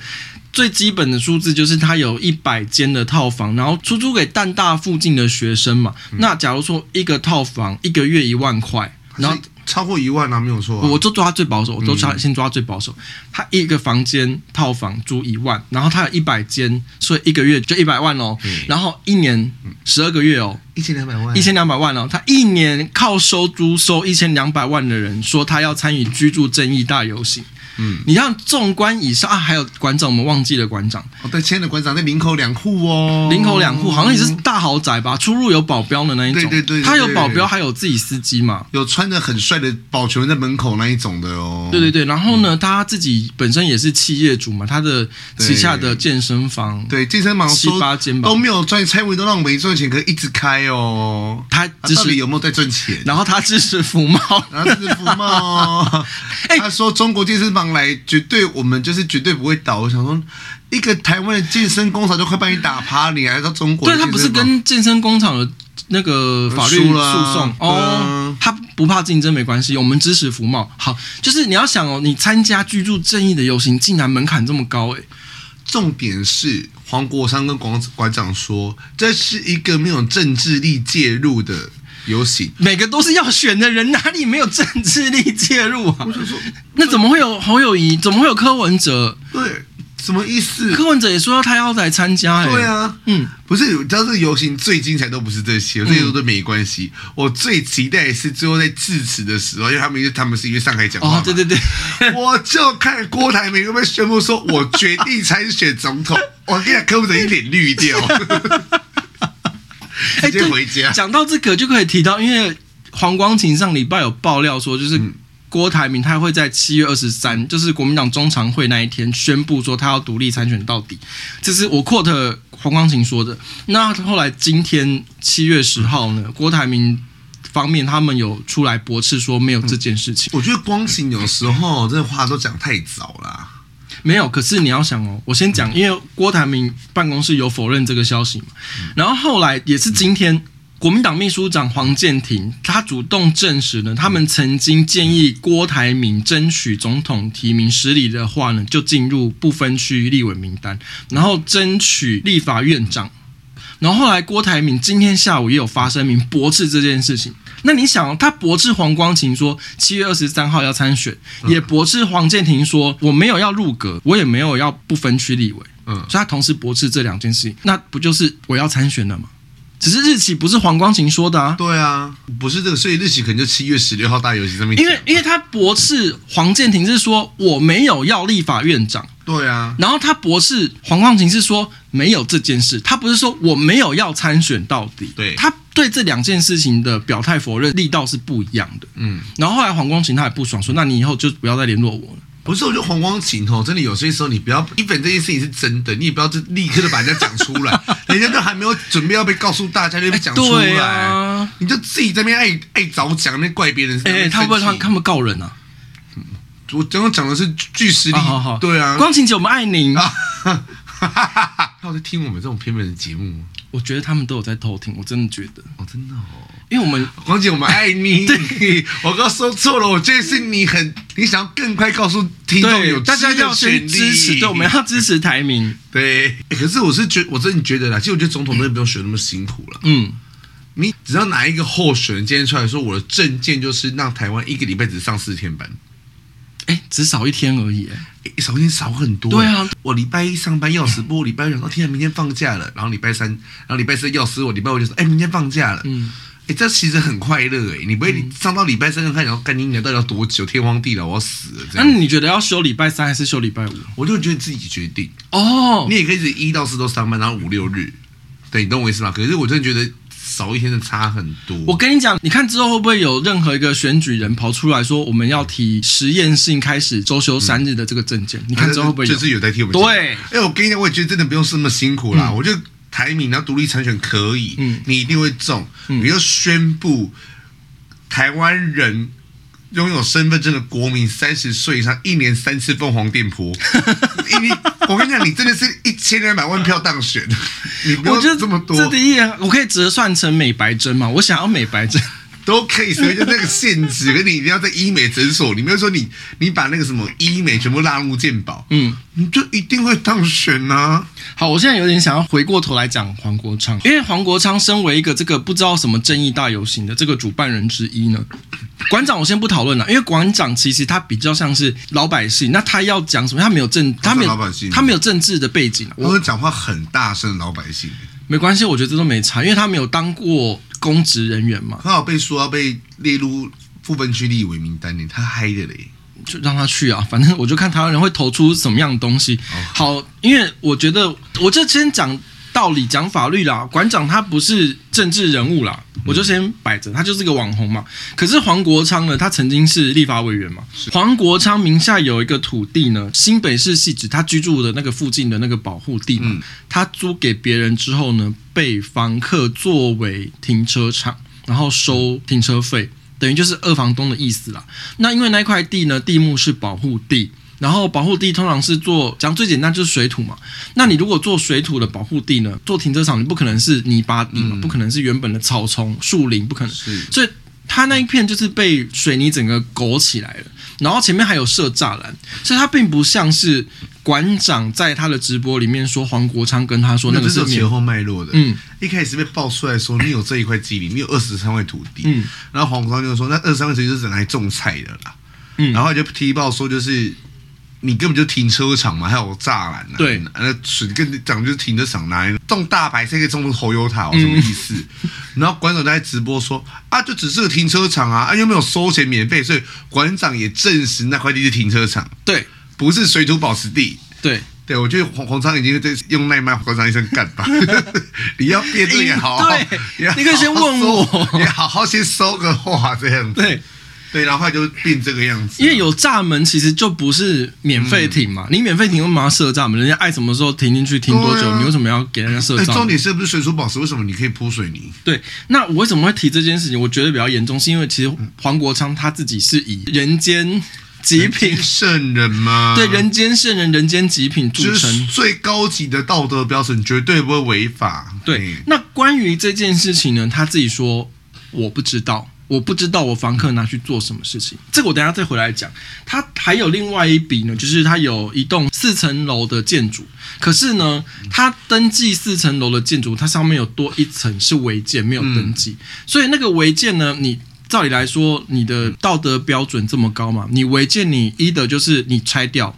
Speaker 1: 最基本的数字就是它有一百间的套房，然后出租给淡
Speaker 2: 嗯
Speaker 1: 大附近的学生嘛。那假如说一个套房一个月一万块，
Speaker 2: 然
Speaker 1: 然
Speaker 2: 后
Speaker 1: 后
Speaker 2: 超过一万啊，没有错啊。
Speaker 1: 我就抓最保守，我都抓、先抓最保守。他一个房间套房租一万，然后他有一百间，所以一个月就一百万哦。
Speaker 2: 嗯
Speaker 1: 然后一年十二个月哦，
Speaker 2: 一千两百万，
Speaker 1: 一千两百万哦。他一年靠收租收一千两百万的人，说他要参与居住正义大游行。嗯，你让纵观以上啊，还有馆长，我们忘记了馆长，
Speaker 2: 哦，对，千的馆长那领口两户哦，
Speaker 1: 林口两户好像也是大豪宅吧，出入有保镖的那一种。
Speaker 2: 对对对对
Speaker 1: 他有保
Speaker 2: 对
Speaker 1: 镖，还有自己司机嘛。
Speaker 2: 有穿的很帅的保全在门口那一种的哦。
Speaker 1: 对对对，然后呢，他自己本身也是企业主嘛，他的旗下的健身房，
Speaker 2: 对，健身房说
Speaker 1: 七八间吧
Speaker 2: 都没有赚，蔡文都让我没赚钱，可是一直开哦。
Speaker 1: 他只
Speaker 2: 到底
Speaker 1: 是，
Speaker 2: 有没有在赚钱？
Speaker 1: 然后他支持福 茂，
Speaker 2: 然后是福茂哦，
Speaker 1: 哎
Speaker 2: 他说中国健身房来，绝对我们就是绝对不会倒。我想说，一个台湾的健身工厂都快把你打趴，你还到中国
Speaker 1: 对
Speaker 2: 的健
Speaker 1: 他
Speaker 2: 身
Speaker 1: 不
Speaker 2: 房？
Speaker 1: 是跟健身工厂的那个法律诉
Speaker 2: 输了啊
Speaker 1: 讼
Speaker 2: 对
Speaker 1: 哦
Speaker 2: 啊，
Speaker 1: 他不怕竞争没关系，我们支持福茂。好，就是你要想哦，你参加居住正义的游行，竟然门槛这么高哎，
Speaker 2: 重点是黄国昌跟馆馆长说，这是一个没有政治力介入的游行。
Speaker 1: 每个都是要选的人，哪里没有政治力介入啊？那怎么会有侯友谊？怎么会有柯文哲？
Speaker 2: 对，什么意思？
Speaker 1: 柯文哲也说他要来参加哎，
Speaker 2: 对啊，
Speaker 1: 嗯，
Speaker 2: 不是，你知道这个游行最精彩都不是这些，这些都没关系。我最期待的是最后在致辞的时候，因为他们因为他们是因为上海讲话嘛
Speaker 1: 哦，对对对，
Speaker 2: 我就看郭台铭会不会宣布说，我决定参选总 统。我跟你讲，柯文哲一脸绿掉，
Speaker 1: 哎，
Speaker 2: 直接
Speaker 1: 对，
Speaker 2: 回家。
Speaker 1: 讲到这个就可以提到，因为黄光琴上礼拜有爆料说，就是
Speaker 2: 嗯
Speaker 1: 郭台铭他会在七月二十三，就是国民党中常会那一天宣布说他要独立参选到底，这是我 quote 黄光琴说的。那后来今天七月十号呢，郭台铭方面他们有出来驳斥说没有这件事情，
Speaker 2: 我觉得光行有时候这话都讲太早了、
Speaker 1: 没有。可是你要想哦，我先讲，因为郭台铭办公室有否认这个消息嘛，然后后来也是今天。国民党秘书长黄健庭，他主动证实呢，他们曾经建议郭台铭争取总统提名失利的话呢，就进入不分区立委名单，然后争取立法院长。然后后来郭台铭今天下午也有发声明驳斥这件事情。那你想哦，他驳斥黄光琴说七月二十三号要参选，也驳斥黄健庭说我没有要入阁，我也没有要不分区立委，
Speaker 2: 嗯
Speaker 1: 所以他同时驳斥这两件事情，那不就是我要参选了吗？只是日期不是黄光琴说的啊，
Speaker 2: 对啊，不是这个，所以日期可能就七月十六号大游行上面讲。
Speaker 1: 因为因为他驳斥黄建庭是说我没有要立法院长，
Speaker 2: 对啊，
Speaker 1: 然后他驳斥黄光琴是说没有这件事，他不是说我没有要参选到底，
Speaker 2: 对
Speaker 1: 他对这两件事情的表态否认力道是不一样的。
Speaker 2: 嗯，
Speaker 1: 然后后来黄光琴他也不爽，说那你以后就不要再联络我了。
Speaker 2: 不是，我觉得黄光琴哦，真的有些时候你不要，一本这件事情是真的，你也不要就立刻的把人家讲出 来，人家都还没有准备要被告诉大家就被讲出
Speaker 1: 对
Speaker 2: 来，
Speaker 1: 啊
Speaker 2: 你就自己在那边爱爱早讲，那怪别人。
Speaker 1: 哎、
Speaker 2: 那边
Speaker 1: 他会不会
Speaker 2: 生
Speaker 1: 他
Speaker 2: 气
Speaker 1: 他们告人啊？
Speaker 2: 我刚刚讲的是据实力，
Speaker 1: 啊，好好，
Speaker 2: 对啊，
Speaker 1: 光琴姐我们爱您。
Speaker 2: 啊， 他有在听我们这种偏门的节目吗？
Speaker 1: 我觉得他们都有在偷听，我真的觉得，
Speaker 2: 哦，真的哦。
Speaker 1: 因为我们
Speaker 2: 黄姐，我们 爱你。我刚说错了，我觉得是你很，你想要更快告诉听众有
Speaker 1: 对大家
Speaker 2: 知的
Speaker 1: 要
Speaker 2: 权
Speaker 1: 先
Speaker 2: 利
Speaker 1: 支持，对，我们要支持台民。
Speaker 2: 对、欸可是我是觉，我真的觉得啦，其实我觉得总统真的不用选那么辛苦了。
Speaker 1: 嗯，
Speaker 2: 你只要哪一个候选人今天出来说，我的证件就是让台湾一个礼拜只上四天班，
Speaker 1: 哎、只少一天而已、哎
Speaker 2: 欸少一天少很多、
Speaker 1: 对啊，嗯
Speaker 2: 我礼拜一上班要死，不过我礼拜二想到天啊，明天放假了，然后礼拜三，然后礼拜四要死，我礼拜五就说，哎、明天放假了。
Speaker 1: 嗯。
Speaker 2: 哎、这其实很快乐哎、你不会你上到礼拜三就开始要干你娘，到底要多久？天荒地老，我要死了这
Speaker 1: 那
Speaker 2: 样。
Speaker 1: 你觉得要休礼拜三还是休礼拜五？
Speaker 2: 我就觉得自己决定，
Speaker 1: 哦
Speaker 2: 你，也可以是一到四都上班，然后五六日，对，你懂我意思吗？可是我真的觉得少一天的差很多。
Speaker 1: 我跟你讲，你看之后会不会有任何一个选举人跑出来说我们要提实验性开始周休三日的这个证件？你看之后会不会有？
Speaker 2: 啊就是有在替我们
Speaker 1: 对
Speaker 2: 讲？哎，我跟你讲，我也觉得真的不用这么辛苦啦。我觉得台民要独立参选可以，
Speaker 1: 嗯
Speaker 2: 你一定会中。你要宣布台湾人拥有身份证的国民三十岁以上，一年三次凤凰电 波。你你我跟你讲，你真的是一千两百万票 当选，你不
Speaker 1: 我觉得
Speaker 2: 用这么多，
Speaker 1: 这第一眼我可以折算成美白针嘛？我想要美白针，
Speaker 2: 都可以，所以就那个限制，跟你一定要在医美诊所里面说你，你把那个什么医美全部纳入健保，
Speaker 1: 嗯。
Speaker 2: 你就一定会当选啊。
Speaker 1: 好，我现在有点想要回过头来讲黄国昌，因为黄国昌身为一个这个不知道什么正义大游行的这个主办人之一呢， 馆长我先不讨论了，因为馆长其实他比较像是老百姓，那他要讲什么，他没有政，他没
Speaker 2: 老百
Speaker 1: 有
Speaker 2: 姓
Speaker 1: 他没有政治的背景啊，
Speaker 2: 他
Speaker 1: 我
Speaker 2: 们讲话很大声，老百姓
Speaker 1: 没关系，我觉得这都没差，因为他没有当过公职人员嘛，
Speaker 2: 他有被说要被列入不分区立委名单里，他嗨的嘞。
Speaker 1: 就让他去啊，反正 我就看台湾人会投出什么样的东西。好，因为我觉得我就先讲道理、讲法律啦。馆长他不是政治人物啦，我就先摆着，他就是个网红嘛。可是黄国昌呢，他曾经是立法委员嘛。黄国昌名下有一个土地呢，新北市系指他居住的那个附近的那个保护地嘛，他租给别人之后呢，被房客作为停车场，然后收停车费。等于就是二房东的意思啦。那因为那块地呢，地目是保护地，然后保护地通常是做讲最简单就是水土嘛。那你如果做水土的保护地呢，做停车场你不可能是泥巴地嘛，不可能是原本的草丛、树林，不可能。
Speaker 2: 嗯是
Speaker 1: 所以它那一片就是被水泥整个裹起来了，然后前面还有设栅栏，所以它并不像是馆长在他的直播里面说黄国昌跟他说哦那
Speaker 2: 那
Speaker 1: 个
Speaker 2: 这是
Speaker 1: 是免
Speaker 2: 有前后脉络的。
Speaker 1: 嗯，
Speaker 2: 一开始被爆出来说你有这一块基地，你有二十三块土地。
Speaker 1: 嗯，
Speaker 2: 然后黄国昌就说那二十三块土地就是拿来种菜的啦。
Speaker 1: 嗯
Speaker 2: 然后就踢爆说就是你根本就停车场嘛，还有栅栏、啊。
Speaker 1: 对
Speaker 2: 那水跟讲就是停车场拿来种大白菜，可以种红油塔、哦，什么 意思？然后馆长就在直播说啊，就只是个停车场啊，啊又没有收钱免费，所以馆长也证实那块地是停车场，
Speaker 1: 对
Speaker 2: 不是水土保持地。
Speaker 1: 对。
Speaker 2: 对，我觉得黄黄昌已经在用那骂黄昌医生干 吧。你要辩论也好好，
Speaker 1: 哎对
Speaker 2: 也好好
Speaker 1: 你可以先问我
Speaker 2: 说也好好先收个话这样子。
Speaker 1: 对
Speaker 2: 对，然后后来就变这个样子。
Speaker 1: 因为有闸门，其实就不是免费停嘛。
Speaker 2: 嗯
Speaker 1: 你免费停，为什么要设闸门？人家爱什么时候停进去，停多久，
Speaker 2: 对啊
Speaker 1: 你为什么要给人家设
Speaker 2: 哎，
Speaker 1: 闸
Speaker 2: 重
Speaker 1: 门？
Speaker 2: 点是不是水土保持？为什么你可以铺水泥？
Speaker 1: 对，那我为什么会提这件事情？我觉得比较严重，是因为其实
Speaker 2: 嗯
Speaker 1: 黄国昌他自己是以人间极品，
Speaker 2: 圣人啊吗？
Speaker 1: 对人间圣人、人间极品著
Speaker 2: 就
Speaker 1: 称
Speaker 2: 是。最高级的道德标准，绝对不会违法。
Speaker 1: 对
Speaker 2: 哎，
Speaker 1: 那关于这件事情呢，他自己说我不知道，我不知道我房客拿去做什么事情，这个我等一下再回来讲。他还有另外一笔呢，就是他有一栋四层楼的建筑，可是呢，他登记四层楼的建筑，它上面有多一层是违建，没有登记，所以那个违建呢，你。照理来说，你的道德标准这么高嘛？你违建，你一的就是你拆掉，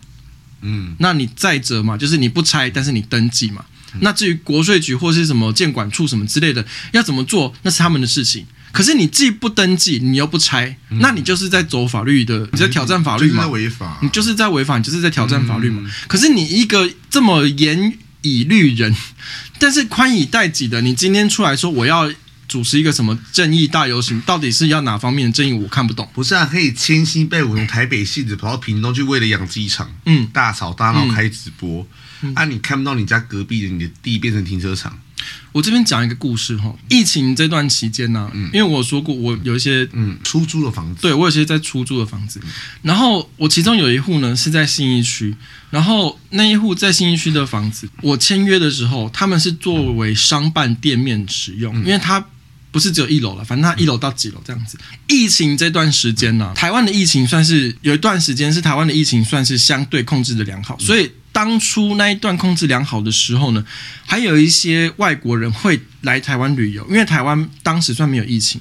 Speaker 2: 嗯，
Speaker 1: 那你再者嘛，就是你不拆，但是你登记嘛。那至于国税局或是什么监管处什么之类的，要怎么做，那是他们的事情。可是你既不登记，你又不拆，那你就是在走法律的，你在挑战法律
Speaker 2: 嗯就是
Speaker 1: 嘛
Speaker 2: 在？违法。嗯
Speaker 1: 你就是在违反，你就是在挑战法律嘛？可是你一个这么严以律人， 但是宽以待己的，你今天出来说我要主持一个什么正义大游行，到底是要哪方面的正义？我看不懂。
Speaker 2: 不是啊，可以千辛万苦从台北戏子跑到屏东去，为了养鸡场，
Speaker 1: 嗯
Speaker 2: 大吵大闹开直播，啊，你看不到你家隔壁的你的地变成停车场，
Speaker 1: 我这边讲一个故事哈，
Speaker 2: 嗯
Speaker 1: 疫情这段期间呢、因为我有说过我有一些
Speaker 2: 嗯，出租的房子，嗯
Speaker 1: 对我有些在出租的房子，然后我其中有一户呢是在信义区，然后那一户在信义区的房子，我签约的时候他们是作为商办店面使用，
Speaker 2: 嗯
Speaker 1: 因为它不是只有一楼了，反正它一楼到几楼这样子。疫情这段时间
Speaker 2: 嗯
Speaker 1: 呢、台湾的疫情算是有一段时间是台湾的疫情算是相对控制的良
Speaker 2: 嗯
Speaker 1: 好，所以当初那一段控制良好的时候呢，还有一些外国人会来台湾旅游，因为台湾当时算没有疫情，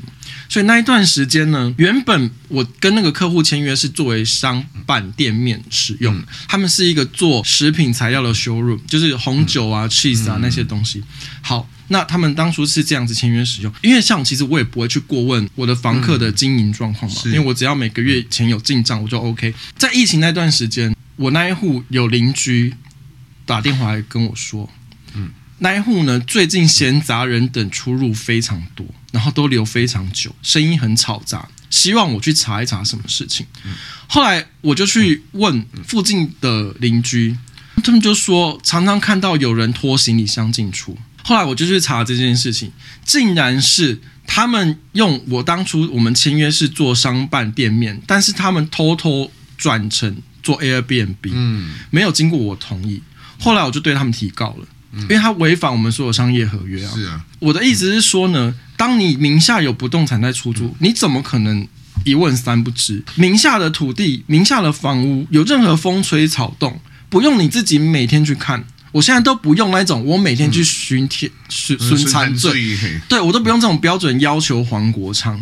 Speaker 1: 所以那一段时间呢，原本我跟那个客户签约是作为商办店面使用的，他们是一个做食品材料的 showroom，就是红酒啊、cheese 啊那些东西。好，那他们当初是这样子签约使用，因为像其实我也不会去过问我的房客的经营状况嘛，
Speaker 2: 是
Speaker 1: 因为我只要每个月钱有进账我就 OK。在疫情那段时间，我那一户有邻居打电话来跟我说，那一户呢，最近闲杂人等出入非常多，然后都留非常久，声音很吵杂，希望我去查一查什么事情。后来我就去问附近的邻居，他们就说常常看到有人拖行李箱进出。后来我就去查这件事情，竟然是他们用我当初我们签约是做商办店面，但是他们偷偷转成做 Airbnb，
Speaker 2: 嗯，
Speaker 1: 没有经过我同意。后来我就对他们提告了，因为他违反我们所有商业合约啊。
Speaker 2: 是啊，
Speaker 1: 我的意思是说呢，当你名下有不动产在出租，你怎么可能一问三不知？名下的土地、名下的房屋有任何风吹草动，不用你自己每天去看。我现在都不用那种我每天去巡天巡巡
Speaker 2: 残
Speaker 1: 残罪，
Speaker 2: 罪，嘿
Speaker 1: 嗯对我都不用这种标准要求黄国昌。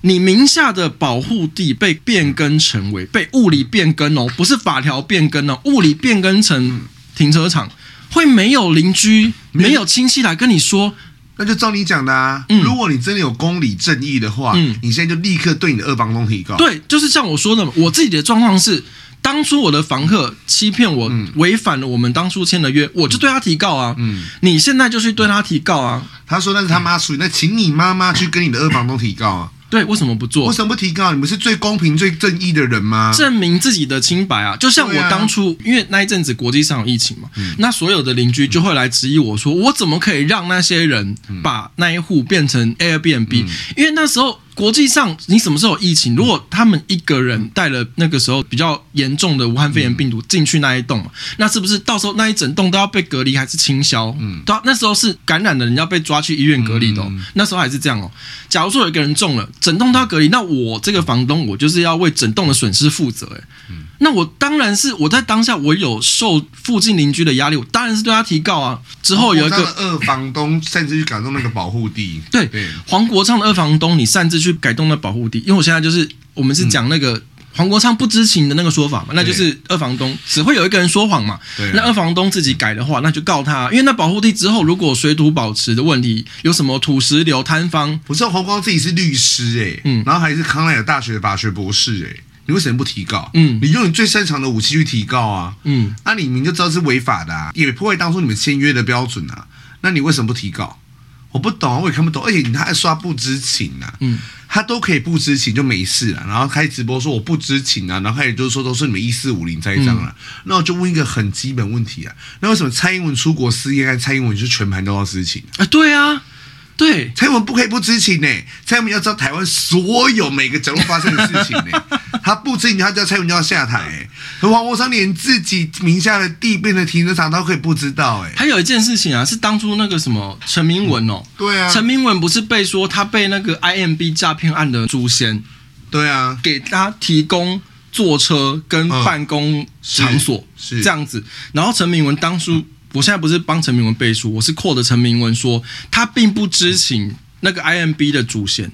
Speaker 1: 你名下的保护地被变更成为被物理变更哦，不是法条变更哦，物理变更成停车场，会没有邻居、没有亲戚来跟你说，
Speaker 2: 那就照你讲的啊。
Speaker 1: 嗯
Speaker 2: 如果你真的有公理正义的话，
Speaker 1: 嗯
Speaker 2: 你现在就立刻对你的二房东提告。，
Speaker 1: 对，就是像我说的嘛，我自己的状况是，当初我的房客欺骗我，违反了我们当初签的约，我就对他提告啊。
Speaker 2: 嗯
Speaker 1: 你现在就去对他提告啊。
Speaker 2: 他说那是他妈出于，那请你妈妈去跟你的二房东提告啊。
Speaker 1: 对，为什么不做
Speaker 2: 为？什么不提告？你们是最公平、最正义的人吗？
Speaker 1: 证明自己的清白啊！就像
Speaker 2: 啊对
Speaker 1: 我
Speaker 2: 啊嗯
Speaker 1: 当初，因为那一阵子国际上有疫情嘛，那所有的邻居就会来质疑我说，我怎么可以让那些人
Speaker 2: 嗯
Speaker 1: 把那一户变成 Airbnb？、因为那时候国际上你什么时候有疫
Speaker 2: 嗯
Speaker 1: 情？如果他们一个人带了那个时候比较严重的武汉肺炎
Speaker 2: 嗯
Speaker 1: 病毒进去那一栋嘛，那是不是到时候那一整栋都要被隔离还是清消？嗯，对啊，那时候是感染的人要被抓去医院隔离的、
Speaker 2: 嗯
Speaker 1: 哦，那时候还是这样哦。假如说有一个人中了，整栋都要隔离，那我这个房东我就是要为整栋的损失负责、哎，
Speaker 2: 嗯
Speaker 1: 那我当然是我在当下我有受附近邻居的压力，我当然是对他提告啊。之后有一
Speaker 2: 我
Speaker 1: 个
Speaker 2: 当了二房东擅自去改动那个保护地，
Speaker 1: 对
Speaker 2: 对，
Speaker 1: 黄国昌的二房东，你擅自去改动那保护地，因为我现在就是我们是讲那
Speaker 2: 嗯
Speaker 1: 个。黄国昌不知情的那个说法嘛，那就是二房东只会有一个人说谎嘛。
Speaker 2: 对啊
Speaker 1: 那二房东自己改的话，那就告他，因为那保护地之后如果水土保持的问题，有什么土石流、塌方，
Speaker 2: 我知道黄光自己是律师哎、
Speaker 1: 嗯
Speaker 2: 然后还是康奈尔大学法学博士哎、你为什么不提告？
Speaker 1: 嗯
Speaker 2: 你用你最擅长的武器去提告啊，
Speaker 1: 嗯，
Speaker 2: 那、你明就知道是违法的、啊，也破坏当初你们签约的标准啊，那你为什么不提告？我不懂啊，我也看不懂，而且你还刷不知情啊，
Speaker 1: 嗯，
Speaker 2: 他都可以不知情就没事了，然后开直播说我不知情啊，然后开始就是说都是你们一四五零栽赃了，
Speaker 1: 嗯
Speaker 2: 那我就问一个很基本问题啊，那为什么蔡英文出国私宴案，蔡英文就全盘都要知情？
Speaker 1: 啊，对啊，对，
Speaker 2: 蔡英文不可以不知情呢、蔡英文要知道台湾所有每个角落发生的事情呢、 他不知情，他叫蔡英文就要下台、欸。可黄国昌连自己名下的地变成停车场，他都可以不知道哎、
Speaker 1: 还有一件事情啊，是当初那个什么陈明文哦，
Speaker 2: 对啊
Speaker 1: 陈明文不是被说他被那个 IMB 诈骗案的诛仙
Speaker 2: 对啊，
Speaker 1: 给他提供坐车跟
Speaker 2: 嗯
Speaker 1: 办公场所，
Speaker 2: 是是
Speaker 1: 这样子。然后陈明文当初，我现在不是帮陈明文背书，我是 quote 陈明文说他并不知情那个 IMB 的主嫌。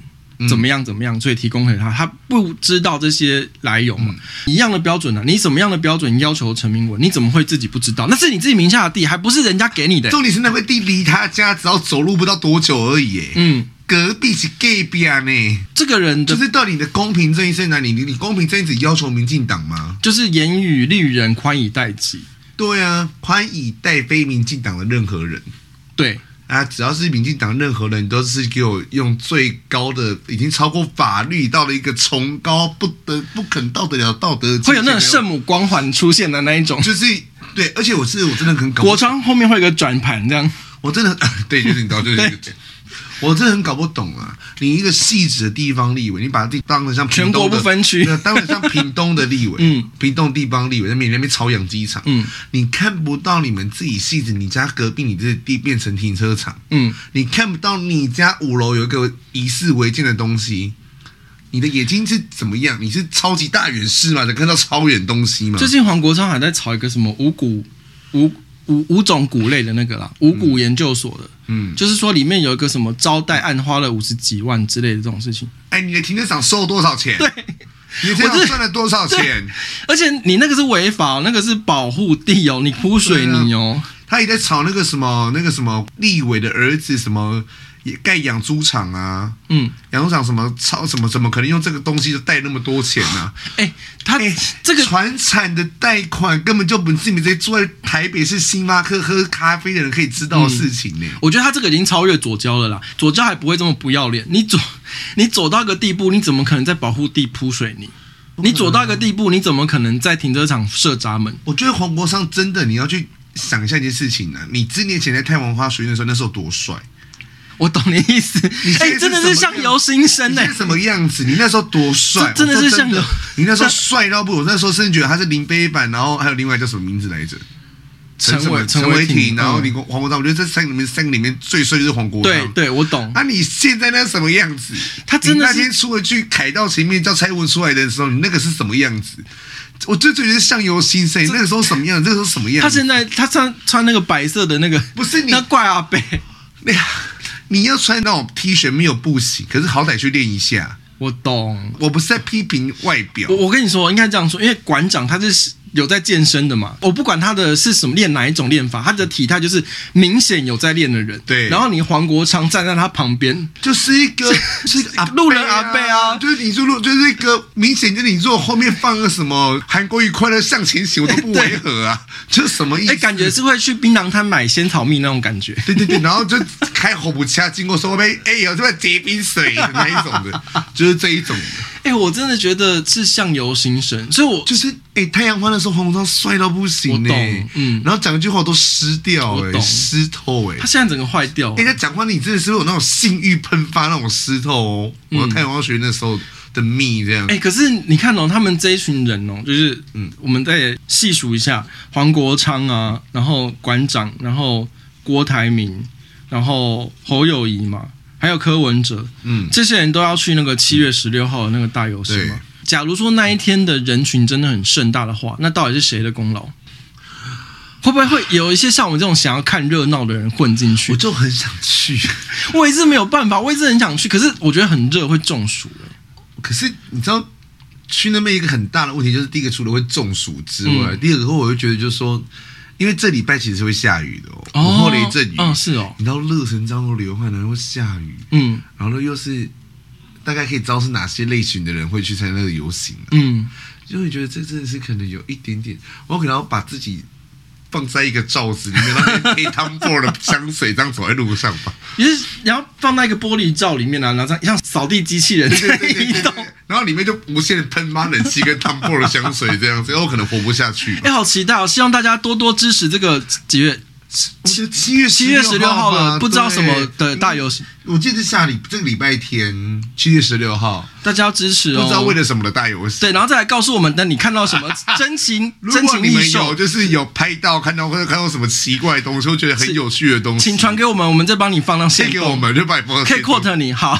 Speaker 1: 怎么样？怎么样？所以提供给他，他不知道这些来由嘛？
Speaker 2: 嗯
Speaker 1: 一样的标准啊，你什么样的标准要求陈明文？你怎么会自己不知道？那是你自己名下的地，还不是人家给你的、
Speaker 2: 重点是那块地离他家只要走路不到多久而已、欸，
Speaker 1: 嗯，
Speaker 2: 隔壁是 gay 啊呢，
Speaker 1: 这个人的
Speaker 2: 就是到底你的公平正义在哪里？你你公平正义只要求民进党吗？
Speaker 1: 就是言语令人宽以待己。
Speaker 2: 对啊，宽以待非民进党的任何人。
Speaker 1: 对，
Speaker 2: 啊，只要是民进党任何人，都是给我用最高的，已经超过法律到了一个崇高不得不肯到得了道德的境界，
Speaker 1: 会有那种圣母光环出现的那一种。
Speaker 2: 就是对，而且我是我真的很搞不
Speaker 1: 国章后面会有个转盘，这样
Speaker 2: 我真的 对，就是你知道，就是
Speaker 1: 对
Speaker 2: 我真的很搞不懂啊！你一个细致的地方立委，你把地当成像屏
Speaker 1: 全国
Speaker 2: 东的
Speaker 1: 不分区
Speaker 2: 对 当成像屏东的立委，
Speaker 1: 嗯，
Speaker 2: 屏东地方立委在那边那边朝养鸡场，
Speaker 1: 嗯，
Speaker 2: 你看不到你们自己细致，你家隔壁你这地变成停车场，
Speaker 1: 嗯，
Speaker 2: 你看不到你家五楼有一个疑似违建的东西。你的眼睛是怎么样？你是超级大远视吗？能看到超远东西吗？
Speaker 1: 最近黄国昌还在炒一个什么五谷五五五种谷类的那个啦，五谷研究所的，
Speaker 2: 嗯
Speaker 1: 就是说里面有一个什么招待案花了五十几万之类的这种事情。
Speaker 2: 哎、你的停车场收多少钱？对，你的停车
Speaker 1: 我
Speaker 2: 场
Speaker 1: 是
Speaker 2: 赚了多少钱？
Speaker 1: 而且你那个是违法，哦那个是保护地哦，你铺水
Speaker 2: 啊
Speaker 1: 泥哦，
Speaker 2: 他也在炒那个什么那个什么立委的儿子什么也盖养猪场啊，
Speaker 1: 嗯，
Speaker 2: 养猪场什么炒什么怎么可能用这个东西就贷那么多钱呢、
Speaker 1: 哎、他、
Speaker 2: 哎
Speaker 1: 这个
Speaker 2: 船产的贷款根本就不是你们这些住在台北市星巴克喝咖啡的人可以知道的事情欸呢、
Speaker 1: 我觉得他这个已经超越左交了啦，左交还不会这么不要脸。你走，你走到一个地步，你怎么可能在保护地铺水泥？你走到一个地步，你怎么可能在停车场设闸门？
Speaker 2: 我觉得黄国昌真的你要去想一下一件事情呢、你之年前在太文花学院的时候，那时候多帅，
Speaker 1: 我懂你的意思
Speaker 2: 你，现在
Speaker 1: 哎、
Speaker 2: 是
Speaker 1: 真的
Speaker 2: 什么
Speaker 1: 是像
Speaker 2: 样
Speaker 1: 游心
Speaker 2: 你
Speaker 1: 生哎、
Speaker 2: 是什么样子？你那时候多帅，
Speaker 1: 这真的
Speaker 2: 我说
Speaker 1: 是像
Speaker 2: 的
Speaker 1: 有
Speaker 2: 你那时候帅到不，我那时候甚至觉得他是林飞版，然后还有另外叫什么名字来着？
Speaker 1: 陈
Speaker 2: 什么
Speaker 1: 伟
Speaker 2: 陈
Speaker 1: 陈伟
Speaker 2: 霆，
Speaker 1: 霆
Speaker 2: 然后
Speaker 1: 嗯
Speaker 2: 你黄国昌，我觉得这三个里面三个里面最帅就是黄国
Speaker 1: 对
Speaker 2: 昌。
Speaker 1: 对，我懂。
Speaker 2: 啊，你现在那什么样子？
Speaker 1: 他真的
Speaker 2: 你
Speaker 1: 是
Speaker 2: 那天出了去凯道前面叫蔡文出来的时候，你那个是什么样子？我就觉得相由心生，你那个时候什么样子？那个时候什么样
Speaker 1: 他
Speaker 2: 子？
Speaker 1: 现在他穿穿那个白色的那个，
Speaker 2: 不是你
Speaker 1: 那怪阿北，
Speaker 2: 那你要穿那种 T 恤没有不行，可是好歹去练一下。
Speaker 1: 我懂。
Speaker 2: 我不是在批评外表
Speaker 1: 我，我跟你说，应该这样说，因为馆长他是有在健身的嘛，我不管他的是什么练哪一种练法，他的体态就是明显有在练的人。
Speaker 2: 对
Speaker 1: 然后你黄国昌站在他旁边，
Speaker 2: 就是一 个是一个阿伯啊
Speaker 1: 路人阿伯啊
Speaker 2: 就是你说路就是一个明显就是你坐后面放个什么韩国语快乐向前行，我都不违和啊，这什么意思？
Speaker 1: 哎，感觉是会去槟榔摊买仙草蜜那种感觉。
Speaker 2: 对对对，然后就开红不掐，经过说被哎有这么结冰水的那一种的， 就是这一种，
Speaker 1: 哎，我真的觉得是相由心生，所以我
Speaker 2: 就是哎太阳花的时候，黄国昌帅到不行
Speaker 1: 我
Speaker 2: 呢、
Speaker 1: 懂嗯
Speaker 2: 然后讲一句话都湿掉
Speaker 1: 我
Speaker 2: 哎、
Speaker 1: 懂
Speaker 2: 湿透哎、
Speaker 1: 他现在整个坏掉
Speaker 2: 哎、。他讲话你真的是会有那种性欲喷发那种湿透哦，我太阳花学院那时候的蜜这样，
Speaker 1: 嗯哎、可是你看哦，他们这一群人哦，就是嗯，我们再细数一下，黄国昌啊，然后馆长，然后郭台铭，然后侯友谊嘛，还有柯文哲，
Speaker 2: 嗯，
Speaker 1: 这些人都要去那个七月十六号的那个大游行嘛
Speaker 2: 对。
Speaker 1: 假如说那一天的人群真的很盛大的话，那到底是谁的功劳？会不会会有一些像我们这种想要看热闹的人混进去
Speaker 2: 我？就很想去，
Speaker 1: 我也是没有办法，我一直很想去，可是我觉得很热会中暑。
Speaker 2: 可是你知道，去那边一个很大的问题就是，第一个除了会中暑之外，
Speaker 1: 嗯
Speaker 2: 第二个我会觉得就是说，因为这礼拜其实是会下雨的哦，
Speaker 1: 哦
Speaker 2: 午后雷阵雨，
Speaker 1: 嗯是哦
Speaker 2: 你知道热成这样都流汗，然后会下雨，
Speaker 1: 嗯
Speaker 2: 然后又是大概可以知道是哪些类型的人会去参加那个游行、啊，
Speaker 1: 嗯，
Speaker 2: 就会觉得这真的是可能有一点点，我可能要把自己。放在一个罩子里面，然 后配 Tom Ford 的香水，这样走在路上吧。
Speaker 1: 也是你要放在一个玻璃罩里面啊，然后这样像扫地机器人
Speaker 2: 对对
Speaker 1: 在
Speaker 2: 对
Speaker 1: 移
Speaker 2: 对对
Speaker 1: 动。
Speaker 2: 对 然后里面就无限的喷妈冷气跟 Tom Ford 的香水这样子， 哦我可能活不下去吧。
Speaker 1: 哎、好期待哦！希望大家多多支持这个几月
Speaker 2: 七七月
Speaker 1: 七月十六号
Speaker 2: 吧
Speaker 1: 的不知道什么的大。
Speaker 2: 对
Speaker 1: 游行，
Speaker 2: 我记得是下礼这个礼拜天，七月十六号，
Speaker 1: 大家要支持哦。
Speaker 2: 不知道为了什么的大游行。
Speaker 1: 对，然后再来告诉我们，那你看到什 么真情
Speaker 2: 如
Speaker 1: 真
Speaker 2: 果
Speaker 1: 情
Speaker 2: 你
Speaker 1: 异
Speaker 2: 们有
Speaker 1: 兽，
Speaker 2: 就是有拍到看到或者看到什么奇怪的东西，或觉得很有趣的东西，
Speaker 1: 请传给我们，我们再帮你放到
Speaker 2: 借
Speaker 1: 线
Speaker 2: 给
Speaker 1: 动
Speaker 2: 我，们，就把你放到
Speaker 1: 可以
Speaker 2: 线动
Speaker 1: quote 你。好，